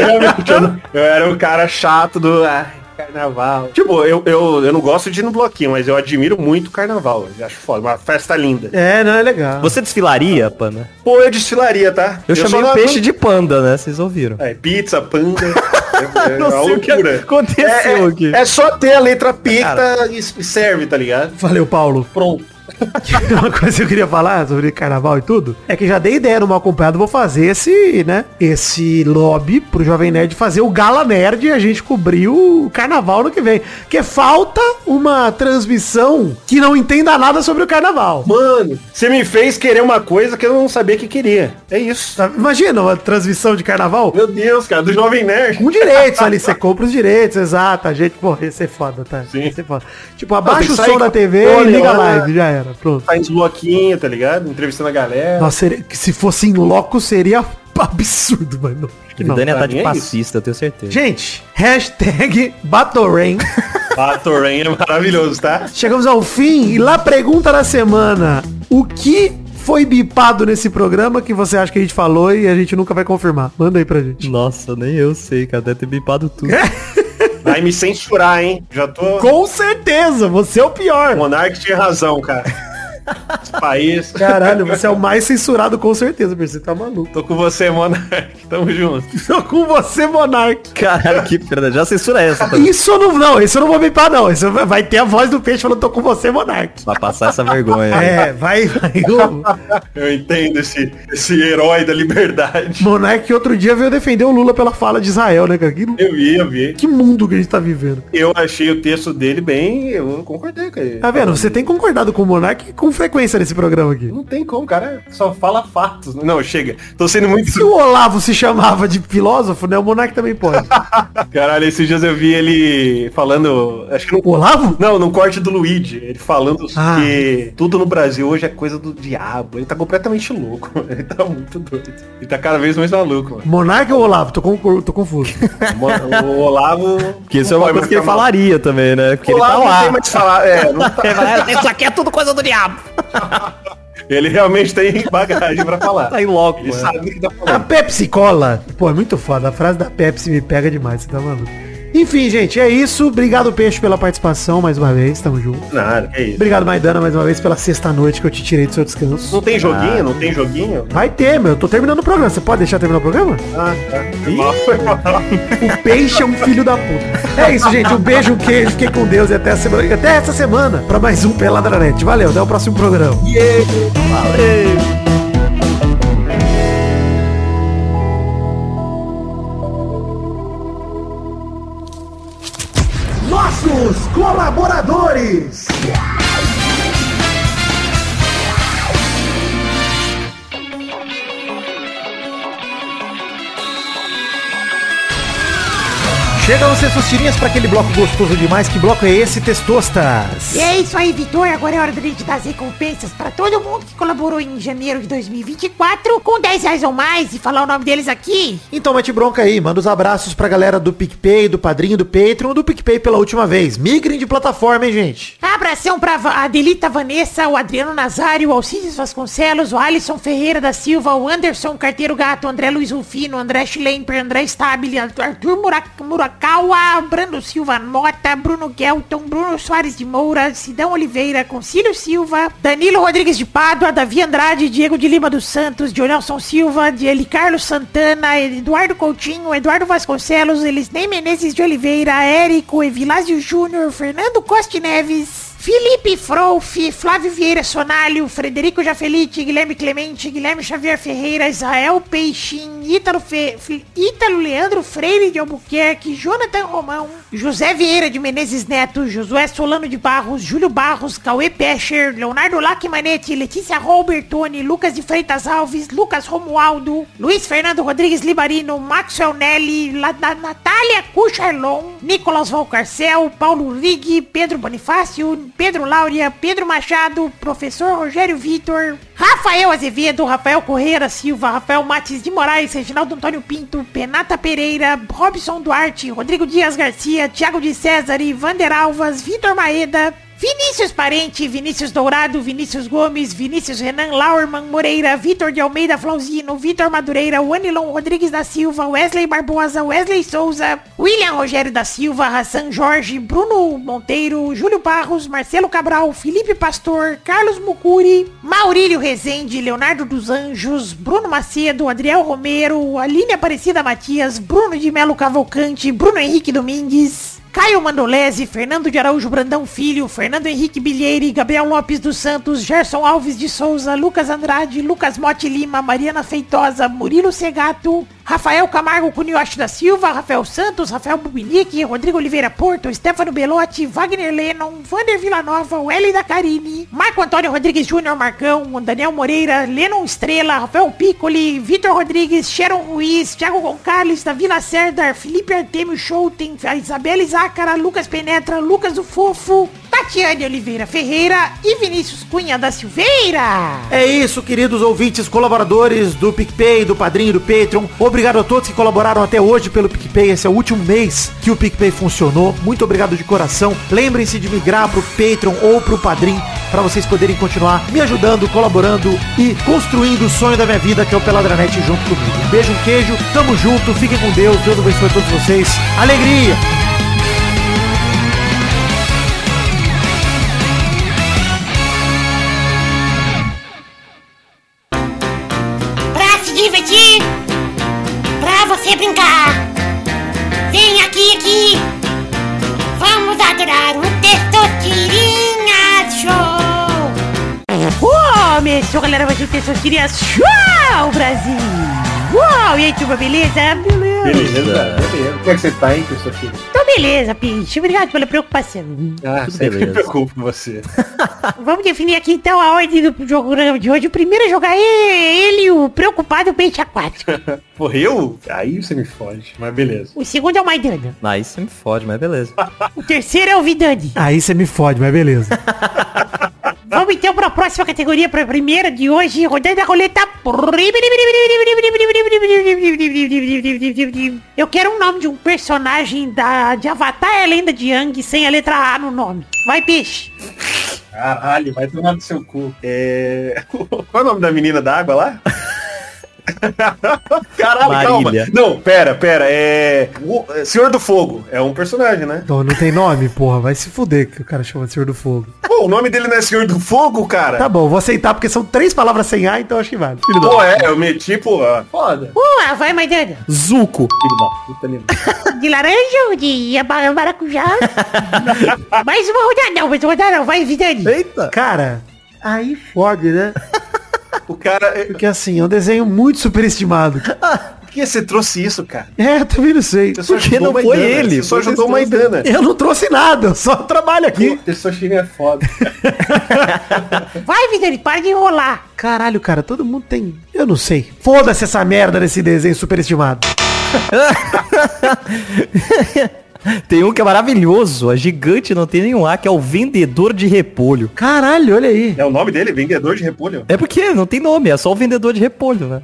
C: Eu, realmente, eu não- eu era um cara chato do. ah, carnaval. Tipo, eu, eu, eu não gosto de ir no bloquinho, mas eu admiro muito o carnaval. Eu acho foda, uma festa linda.
D: É, não, é legal.
B: Você desfilaria, Panda?
C: Pô, eu desfilaria, tá?
B: Eu,
C: só
B: chamei
C: não
B: o peixe de panda, né? Vocês ouviram.
C: É,
B: <laughs>
C: pizza, panda. É, é
B: Não
C: uma
B: sei o que
C: loucura.
B: aconteceu
C: É, é-
B: aqui.
C: É, só ter a letra P que tá- e serve, tá ligado?
D: Valeu, Paulo.
C: Pronto.
D: <laughs> Uma coisa que eu queria falar sobre carnaval e tudo é que já dei ideia no mal acompanhado, vou fazer esse, né? Esse lobby pro Jovem Nerd fazer o Gala Nerd e a gente cobrir o carnaval no que vem. Porque falta uma transmissão que não entenda nada sobre o carnaval.
C: Mano, você me fez querer uma coisa que eu não sabia que queria. É isso.
D: Sabe? Imagina uma transmissão de carnaval
C: Meu Deus, cara, do Jovem Nerd.
D: com direitos ali. Você compra os direitos, exato. A gente, pô, ia ser foda, tá?
C: Sim.
D: Ia ser foda. Tipo,
C: tem
D: abaixa
C: que
D: o
C: sair
D: som
C: com
D: da
C: a
D: TV e
C: Poli
D: liga a
C: lá.
D: live. Já era, pronto.
C: tá em bloquinho, tá ligado? Entrevistando a galera.
D: Nossa, seria- que se fosse em loco seria absurdo, mano. Acho que
B: O Dani
C: pra
B: tá de
C: mim é isso.
B: passista, eu tenho certeza.
D: Gente, hashtag BattleRain.
C: Batorém é maravilhoso, tá?
D: <laughs> Chegamos ao fim e lá pergunta da semana. O que foi bipado nesse programa que você acha que a gente falou e a gente nunca vai confirmar? Manda aí pra <laughs> gente.
B: Nossa, nem eu sei, cara. Deve ter bipado tudo.
C: Vai me censurar, hein? Já tô.
D: Com certeza, você é o
C: O
D: pior.
C: Monark tinha razão, cara. Esse país.
D: Caralho, você é o mais censurado com certeza, Pedro, você tá maluco.
C: Tô com você, Monark. Tamo junto.
D: <laughs> Tô com você, Monark.
B: <laughs> Caralho, que perda. Já censura essa. Tá?
D: Isso eu não, não, isso eu não vou bipar não. Isso vai vai ter a voz do peixe falando tô com você, Monark.
B: Pra passar essa vergonha.
D: É, vai, <laughs> vai.
C: Eu entendo esse, esse herói da liberdade.
D: Monark outro dia veio defender o Lula pela fala de Israel, né, cara? Que,
C: Eu vi, eu vi.
D: que mundo que a gente tá vivendo.
C: Eu achei o texto dele bem. Eu concordei com ele.
D: Tá vendo? Você tem concordado com o Monark com frequência nesse programa aqui.
C: Não tem como, o cara só fala fatos. né? Não, chega. Tô sendo muito. <laughs>
D: Se o Olavo se chamava de filósofo, né? O Monark também pode.
C: Caralho, esses dias eu vi ele falando. Acho que não
D: <laughs> O Olavo?
C: Não, no corte do Luigi, ele falando
D: Ah.
C: que tudo no Brasil hoje é coisa do diabo. Ele tá completamente louco, <laughs> mano. ele tá muito doido. Ele tá cada vez mais maluco, mano.
D: Monark ou Olavo? Tô, concor- tô confuso.
C: Mo- O Olavo.
B: Porque isso é uma coisa que ele falaria também, né? Porque
C: O
B: ele tá
C: Olavo não tem
B: lá.
C: mais o que falar. É, não tá-
B: Isso aqui é tudo coisa do diabo.
C: <laughs> ele realmente tem bagagem pra falar.
B: Tá aí logo,
C: Ele
B: mano.
C: sabe do que tá
D: <laughs> A
C: falando.
D: Pepsi Cola. Pô, é muito foda. A frase da Pepsi me pega demais, você tá maluco. Enfim, gente, é isso. Obrigado, Peixe, pela participação mais uma vez. Tamo junto.
C: Nada, é isso.
D: Obrigado, Maidana, mais uma vez pela sexta-noite que eu te tirei do seu descanso.
C: Não
B: Ah.
C: tem joguinho? Não tem joguinho?
D: Vai ter, meu. Eu tô terminando o programa. Você pode deixar terminar o programa?
C: Ah, tá. Foi mal, foi mal.
D: O peixe é um filho da puta. É isso, gente. Um beijo, um queijo. Fiquem com Deus e até, a semana, até essa semana pra mais um Peladranete. Valeu, até o próximo programa. Nossos colaboradores. Chegam os testosterinhas pra aquele bloco gostoso demais. Que bloco é esse, Testostas?
G: E é isso aí, Vitor. Agora é hora da gente dar as recompensas pra todo mundo que colaborou em janeiro de 2024 com 10 reais ou mais e falar o nome deles aqui.
D: Então mete bronca aí, manda os abraços pra galera do PicPay, do Padrinho, do Patreon, do PicPay pela última vez. Migrem de plataforma, hein, gente?
G: Ah, Abração pra Va- Adelita Vanessa, o Adriano Nazário, o Alcides Vasconcelos, o Alisson Ferreira da Silva, o Anderson Carteiro Gato, o André Luiz Rufino, o André Schlemper, o André Stabile, Arthur Murac... Murac... Sorocauá, Brando Silva Mota, Bruno Gelton, Bruno Soares de Moura, Sidão Oliveira, Concílio Silva, Danilo Rodrigues de Pádua, Davi Andrade, Diego de Lima dos Santos, Dionelson Silva, Eli Carlos Santana, Eduardo Coutinho, Eduardo Vasconcelos, Elisnei Menezes de Oliveira, Érico, Evilásio Júnior, Fernando Costa Neves, Felipe Frouf, Flávio Vieira Sonalho, Frederico Jafelite, Guilherme Clemente, Guilherme Xavier Ferreira, Israel Peixin, Ítalo, Fe... Fe- Ítalo Leandro Freire de Albuquerque, Jonathan Romão, José Vieira de Menezes Neto, Josué Solano de Barros, Júlio Barros, Cauê Pescher, Leonardo Lacmanete, Letícia Robertoni, Lucas de Freitas Alves, Lucas Romualdo, Luiz Fernando Rodrigues Libarino, Maxwell Nelly, La- Na- Natália Cucharlon, Nicolas Valcarcel, Paulo Rig, Pedro Bonifácio, Pedro Laura, Pedro Machado, Professor Rogério Vitor, Rafael Azevedo, Rafael Correia Silva, Rafael Matis de Moraes, Reginaldo Antônio Pinto, Penata Pereira, Robson Duarte, Rodrigo Dias Garcia, Thiago de César, Vander Alvas, Vitor Maeda, Vinícius Parente, Vinícius Dourado, Vinícius Gomes, Vinícius Renan Lauerman Moreira, Vitor de Almeida Flauzino, Vitor Madureira, Wanilon Rodrigues da Silva, Wesley Barbosa, Wesley Souza, William Rogério da Silva, Hassan Jorge, Bruno Monteiro, Júlio Barros, Marcelo Cabral, Felipe Pastor, Carlos Mucuri, Maurílio Rezende, Leonardo dos Anjos, Bruno Macedo, Adriel Romero, Aline Aparecida Matias, Bruno de Melo Cavalcante, Bruno Henrique Domingues, Caio Mandolese, Fernando de Araújo Brandão Filho, Fernando Henrique Bilheire, Gabriel Lopes dos Santos, Gerson Alves de Souza, Lucas Andrade, Lucas Mote Lima, Mariana Feitosa, Murilo Segato, Rafael Camargo Cunioche da Silva, Rafael Santos, Rafael Bubinique, Rodrigo Oliveira Porto, Stefano Belotti, Wagner Lennon, Vander Villanova, Welly da Carini, Marco Antônio Rodrigues Júnior Marcão, Daniel Moreira, Lennon Estrela, Rafael Piccoli, Vitor Rodrigues, Sharon Ruiz, Thiago Gonçalves, Davi Lacerda, Felipe Artemio Schouten, Isabela Zácara, Lucas Penetra, Lucas do Fofo, Tatiane Oliveira Ferreira e Vinícius Cunha da Silveira.
D: É isso, queridos ouvintes, colaboradores do PicPay, do Padrinho, do Patreon. Obrigado a todos que colaboraram até hoje pelo PicPay. Esse é o último mês que o PicPay funcionou. Muito obrigado de coração. Lembrem-se de migrar pro Patreon ou pro Padrim para vocês poderem continuar me ajudando, colaborando e construindo o sonho da minha vida, que é o Peladranet junto comigo. Um beijo, um queijo. Tamo junto. Fiquem com Deus. Deus abençoe a todos vocês. Alegria!
H: pra se divertir, pra você brincar. Vem aqui, aqui, vamos adorar o Testosterinha Show.
G: Começou, galera, mais um Testosterinha Show, Brasil! Uou, e aí, turma, beleza? Beleza.
C: Beleza, beleza. Como é que você tá, hein, pessoa filha?
G: Então, beleza, Pinch. Obrigado pela preocupação.
C: Ah, sempre me preocupo com você.
G: Vamos definir aqui, então, a ordem do jogo de hoje. O primeiro a jogar é ele, o preocupado peixe aquático.
C: Porra, eu? Aí você me fode, mas beleza.
G: O segundo é o Maidana.
B: Aí você me fode, mas beleza. <laughs>
G: O terceiro é o Vidani.
D: Aí você me fode, mas beleza.
G: Vamos, então, para a próxima categoria, para a primeira de hoje. Rodando a roleta. Eu quero um nome de um personagem da, de Avatar é a Lenda de Yang sem a letra A no nome. Vai, peixe.
C: Caralho, vai tomar no seu cu. É... Qual é o nome da menina da água
B: <laughs>
C: lá? Caralho,
B: Marília.
C: calma. Não, pera, pera. É... o- é Senhor do Fogo é um personagem, né?
D: Então, não tem nome, porra. Vai se fuder que o cara chama de Senhor do Fogo.
C: Pô, o nome dele não é Senhor do Fogo, cara?
D: Tá bom, vou aceitar porque são três palavras sem A, então acho que vale. Filho da-
C: Pô, é, eu meti, pô. ó. Foda.
G: Uma, vai, Maidana.
D: Zuco.
C: Filho da puta, ali.
G: De laranja ou de aba- maracujá? mais uma rodada, não, mais uma rodada, não. Vai, Vidani.
D: Eita. Cara, aí fode, né?
C: O cara... é,
D: Porque assim, é um desenho muito superestimado.
C: Por que você trouxe isso, cara?
D: É, eu também não sei.
C: Você só
B: Porque
C: ajudou
B: não
C: o
B: foi
C: Maidana,
B: ele,
C: Você só
B: foi
C: ajudou o
B: vocês dois.
C: Maidana.
D: Eu não trouxe nada, eu só trabalho aqui.
C: Puta, esse Soshimi é foda.
G: Vai, Vidani, para de enrolar.
D: Caralho, cara, todo mundo tem... Eu não sei. Foda-se essa merda desse desenho superestimado.
B: Tem um que é maravilhoso, a gigante não tem nenhum A, que é o vendedor de repolho.
D: Caralho, olha aí.
C: É o nome dele? Vendedor de repolho?
B: É porque não tem nome, é só o vendedor de repolho, né?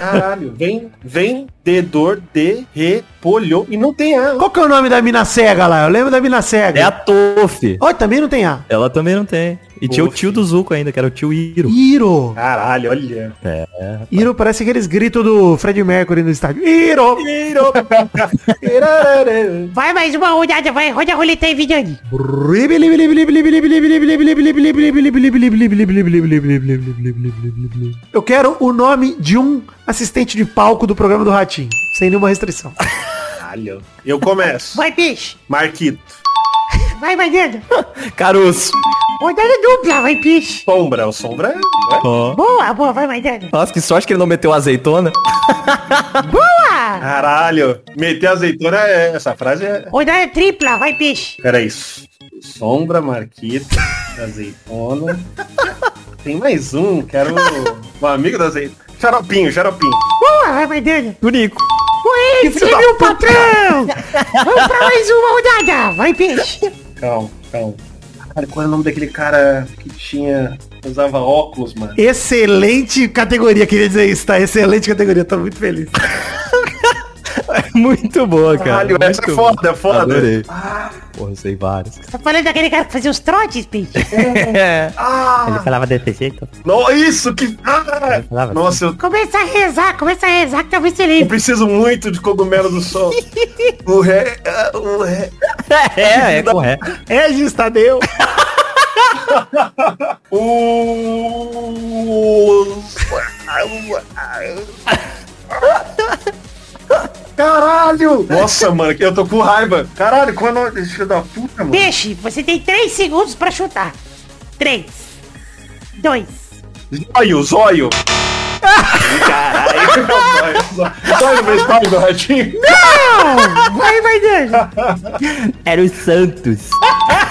C: Caralho. Vem, vendedor de repolho. E não tem A.
D: Qual que é o nome da mina cega lá? Eu lembro da mina cega.
B: É a Toff.
D: Olha, também não tem A.
B: Ela também não tem. E tinha o tio do Zuko ainda, que era o tio Iro.
D: Iro.
C: Caralho, olha.
D: Iro parece aqueles gritos do Fred Mercury no estádio. Iro.
G: Vai mais uma rodada, vai. Roda a roleta aí, Vidani.
D: Eu quero o nome de um assistente de palco do programa do Ratinho, sem nenhuma restrição.
C: Caralho. Eu começo.
G: Vai, peixe.
C: Marquito.
G: Vai, Mariana.
B: Caruso.
G: Rodada dupla, vai, peixe.
C: Sombra. O sombra é-
B: Ó.
G: Boa, boa, vai, Mariana.
B: Nossa, que sorte que ele não meteu azeitona.
G: Boa!
C: Caralho. Meter azeitona é. Essa frase é.
G: Rodada tripla, vai, peixe.
C: Peraí. Sombra, Marquito, azeitona. Tem mais um, quero. Um amigo da azeitona. Xaropinho, xaropinho.
G: Boa, vai, Mariana.
B: O Nico.
G: Oi,
C: filho da
G: meu patrão. Vamos pra mais uma rodada. Vai, peixe.
C: Calma, calma. Cara, qual é o nome daquele cara que tinha. usava óculos, mano?
D: Excelente categoria, queria dizer isso, tá? Excelente categoria, tô muito feliz.
B: Muito boa, cara.
C: Caralho, essa
B: muito
C: é foda, Ah.
B: boa.
C: foda.
B: Adorei. Porra, eu sei vários.
G: Tá falando daquele cara que fazia os trotes, peixe?
B: Ele falava desse jeito.
C: Ah, No, isso que. Ah!
B: falava assim.
C: Nossa, eu,
G: Começa a rezar, começa a rezar que talvez você
C: eu
G: lembre.
C: preciso muito de cogumelo do sol. o ré. ah, O ré.
B: É, é correto.
D: É, Gistadeu.
C: O. Caralho! Nossa, mano, eu tô com raiva. Caralho, quando é o nome- filho da puta, mano?
G: Peixe, você tem 3 segundos pra chutar. 3, 2,
C: Zóio, zóio. Caralho, zóio, zóio. Zóio no estado do ratinho.
G: vai, vai, Dani.
B: Era o Santos.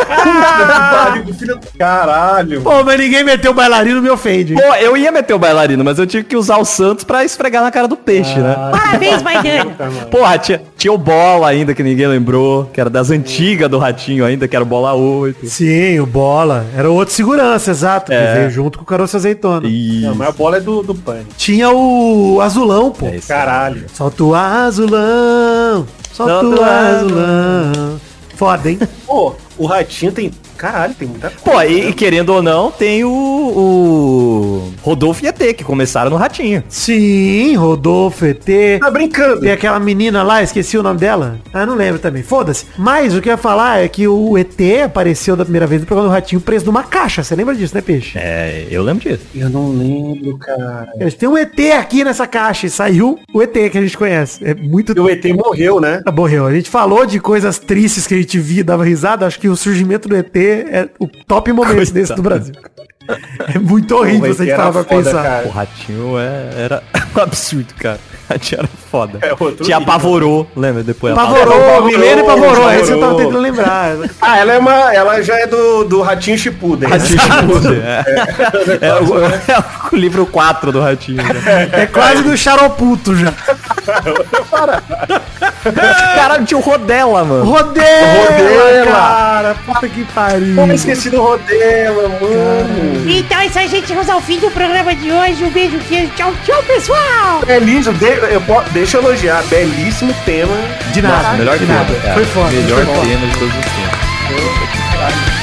C: Caralho, filho da- Caralho.
D: Pô, mas ninguém meteu o bailarino, me ofende.
B: Pô, eu ia meter o bailarino, mas eu tive que usar o Santos pra esfregar na cara do peixe,
C: Ah,
B: né?
G: Parabéns, Maidana.
B: Porra, tinha, tinha o Bola ainda, que ninguém lembrou, que era das antigas do Ratinho ainda, que era o Bola 8.
D: Sim, o Bola. Era o outro segurança, exato. que
B: É.
D: veio junto com o Caroço Azeitona.
B: E...
C: Não, mas a bola é do, do pânico.
D: Tinha o Azulão, pô.
B: É isso.
C: Caralho.
D: Solta o Azulão. Solta o
B: Solta o
D: Azulão. Foda, hein?
C: Pô, o ratinho tem. Caralho, tem muita
B: Pô, e, e querendo ou não, tem o, o Rodolfo e ET, que começaram no Ratinho.
D: Sim, Rodolfo, ET.
C: Tá brincando.
D: Tem aquela menina lá, esqueci o nome dela. Ah, não lembro também. Foda-se. Mas o que eu ia falar é que o ET apareceu da primeira vez no programa do Ratinho preso numa caixa. Você lembra disso, né, Peixe?
B: É, eu lembro disso.
C: Eu não lembro, cara.
D: Eles Tem um ET aqui nessa caixa e saiu o ET que a gente conhece. É muito
C: E o ET morreu, né?
D: Ah, Morreu. A gente falou de coisas tristes que a gente via e dava risada. Acho que o surgimento do ET é o top momento
B: Coitado.
D: desse do Brasil. É muito
C: Pô,
D: horrível
C: esse
D: se a gente
C: era
D: parar pra
C: foda,
D: pensar.
C: cara.
B: O Ratinho é- era <laughs> um absurdo, cara. O Ratinho era foda.
C: É outro
B: Tinha
C: nível.
B: apavorou, lembra? Depois ela
D: Pavorou,
C: Pavorou,
D: Milena e Pavorou.
C: Pavorou.
D: Esse eu tava tentando lembrar.
C: Ah, ela é uma. Ela já é do, do ratinho Shippuden. né?
B: Ratinho Puder, <laughs> é. É o, é o livro 4 do Ratinho. né?
D: É quase do charoputo já.
B: Caralho, tinha o Rodela, mano.
D: Rodela,
C: Rodela.
D: cara. Puta que pariu.
C: Pô, esqueci do Rodela, mano.
G: Então é isso aí, gente. Chegamos ao fim do programa de hoje. Um beijo, queijo. Tchau, tchau, pessoal.
C: Belíssimo, É de- eu po- deixa eu elogiar. Belíssimo tema.
D: De nada.
B: melhor
D: de
B: que
D: nada.
B: nada.
D: Foi foda.
B: Melhor
D: foi foda.
B: cena de todos os tempos.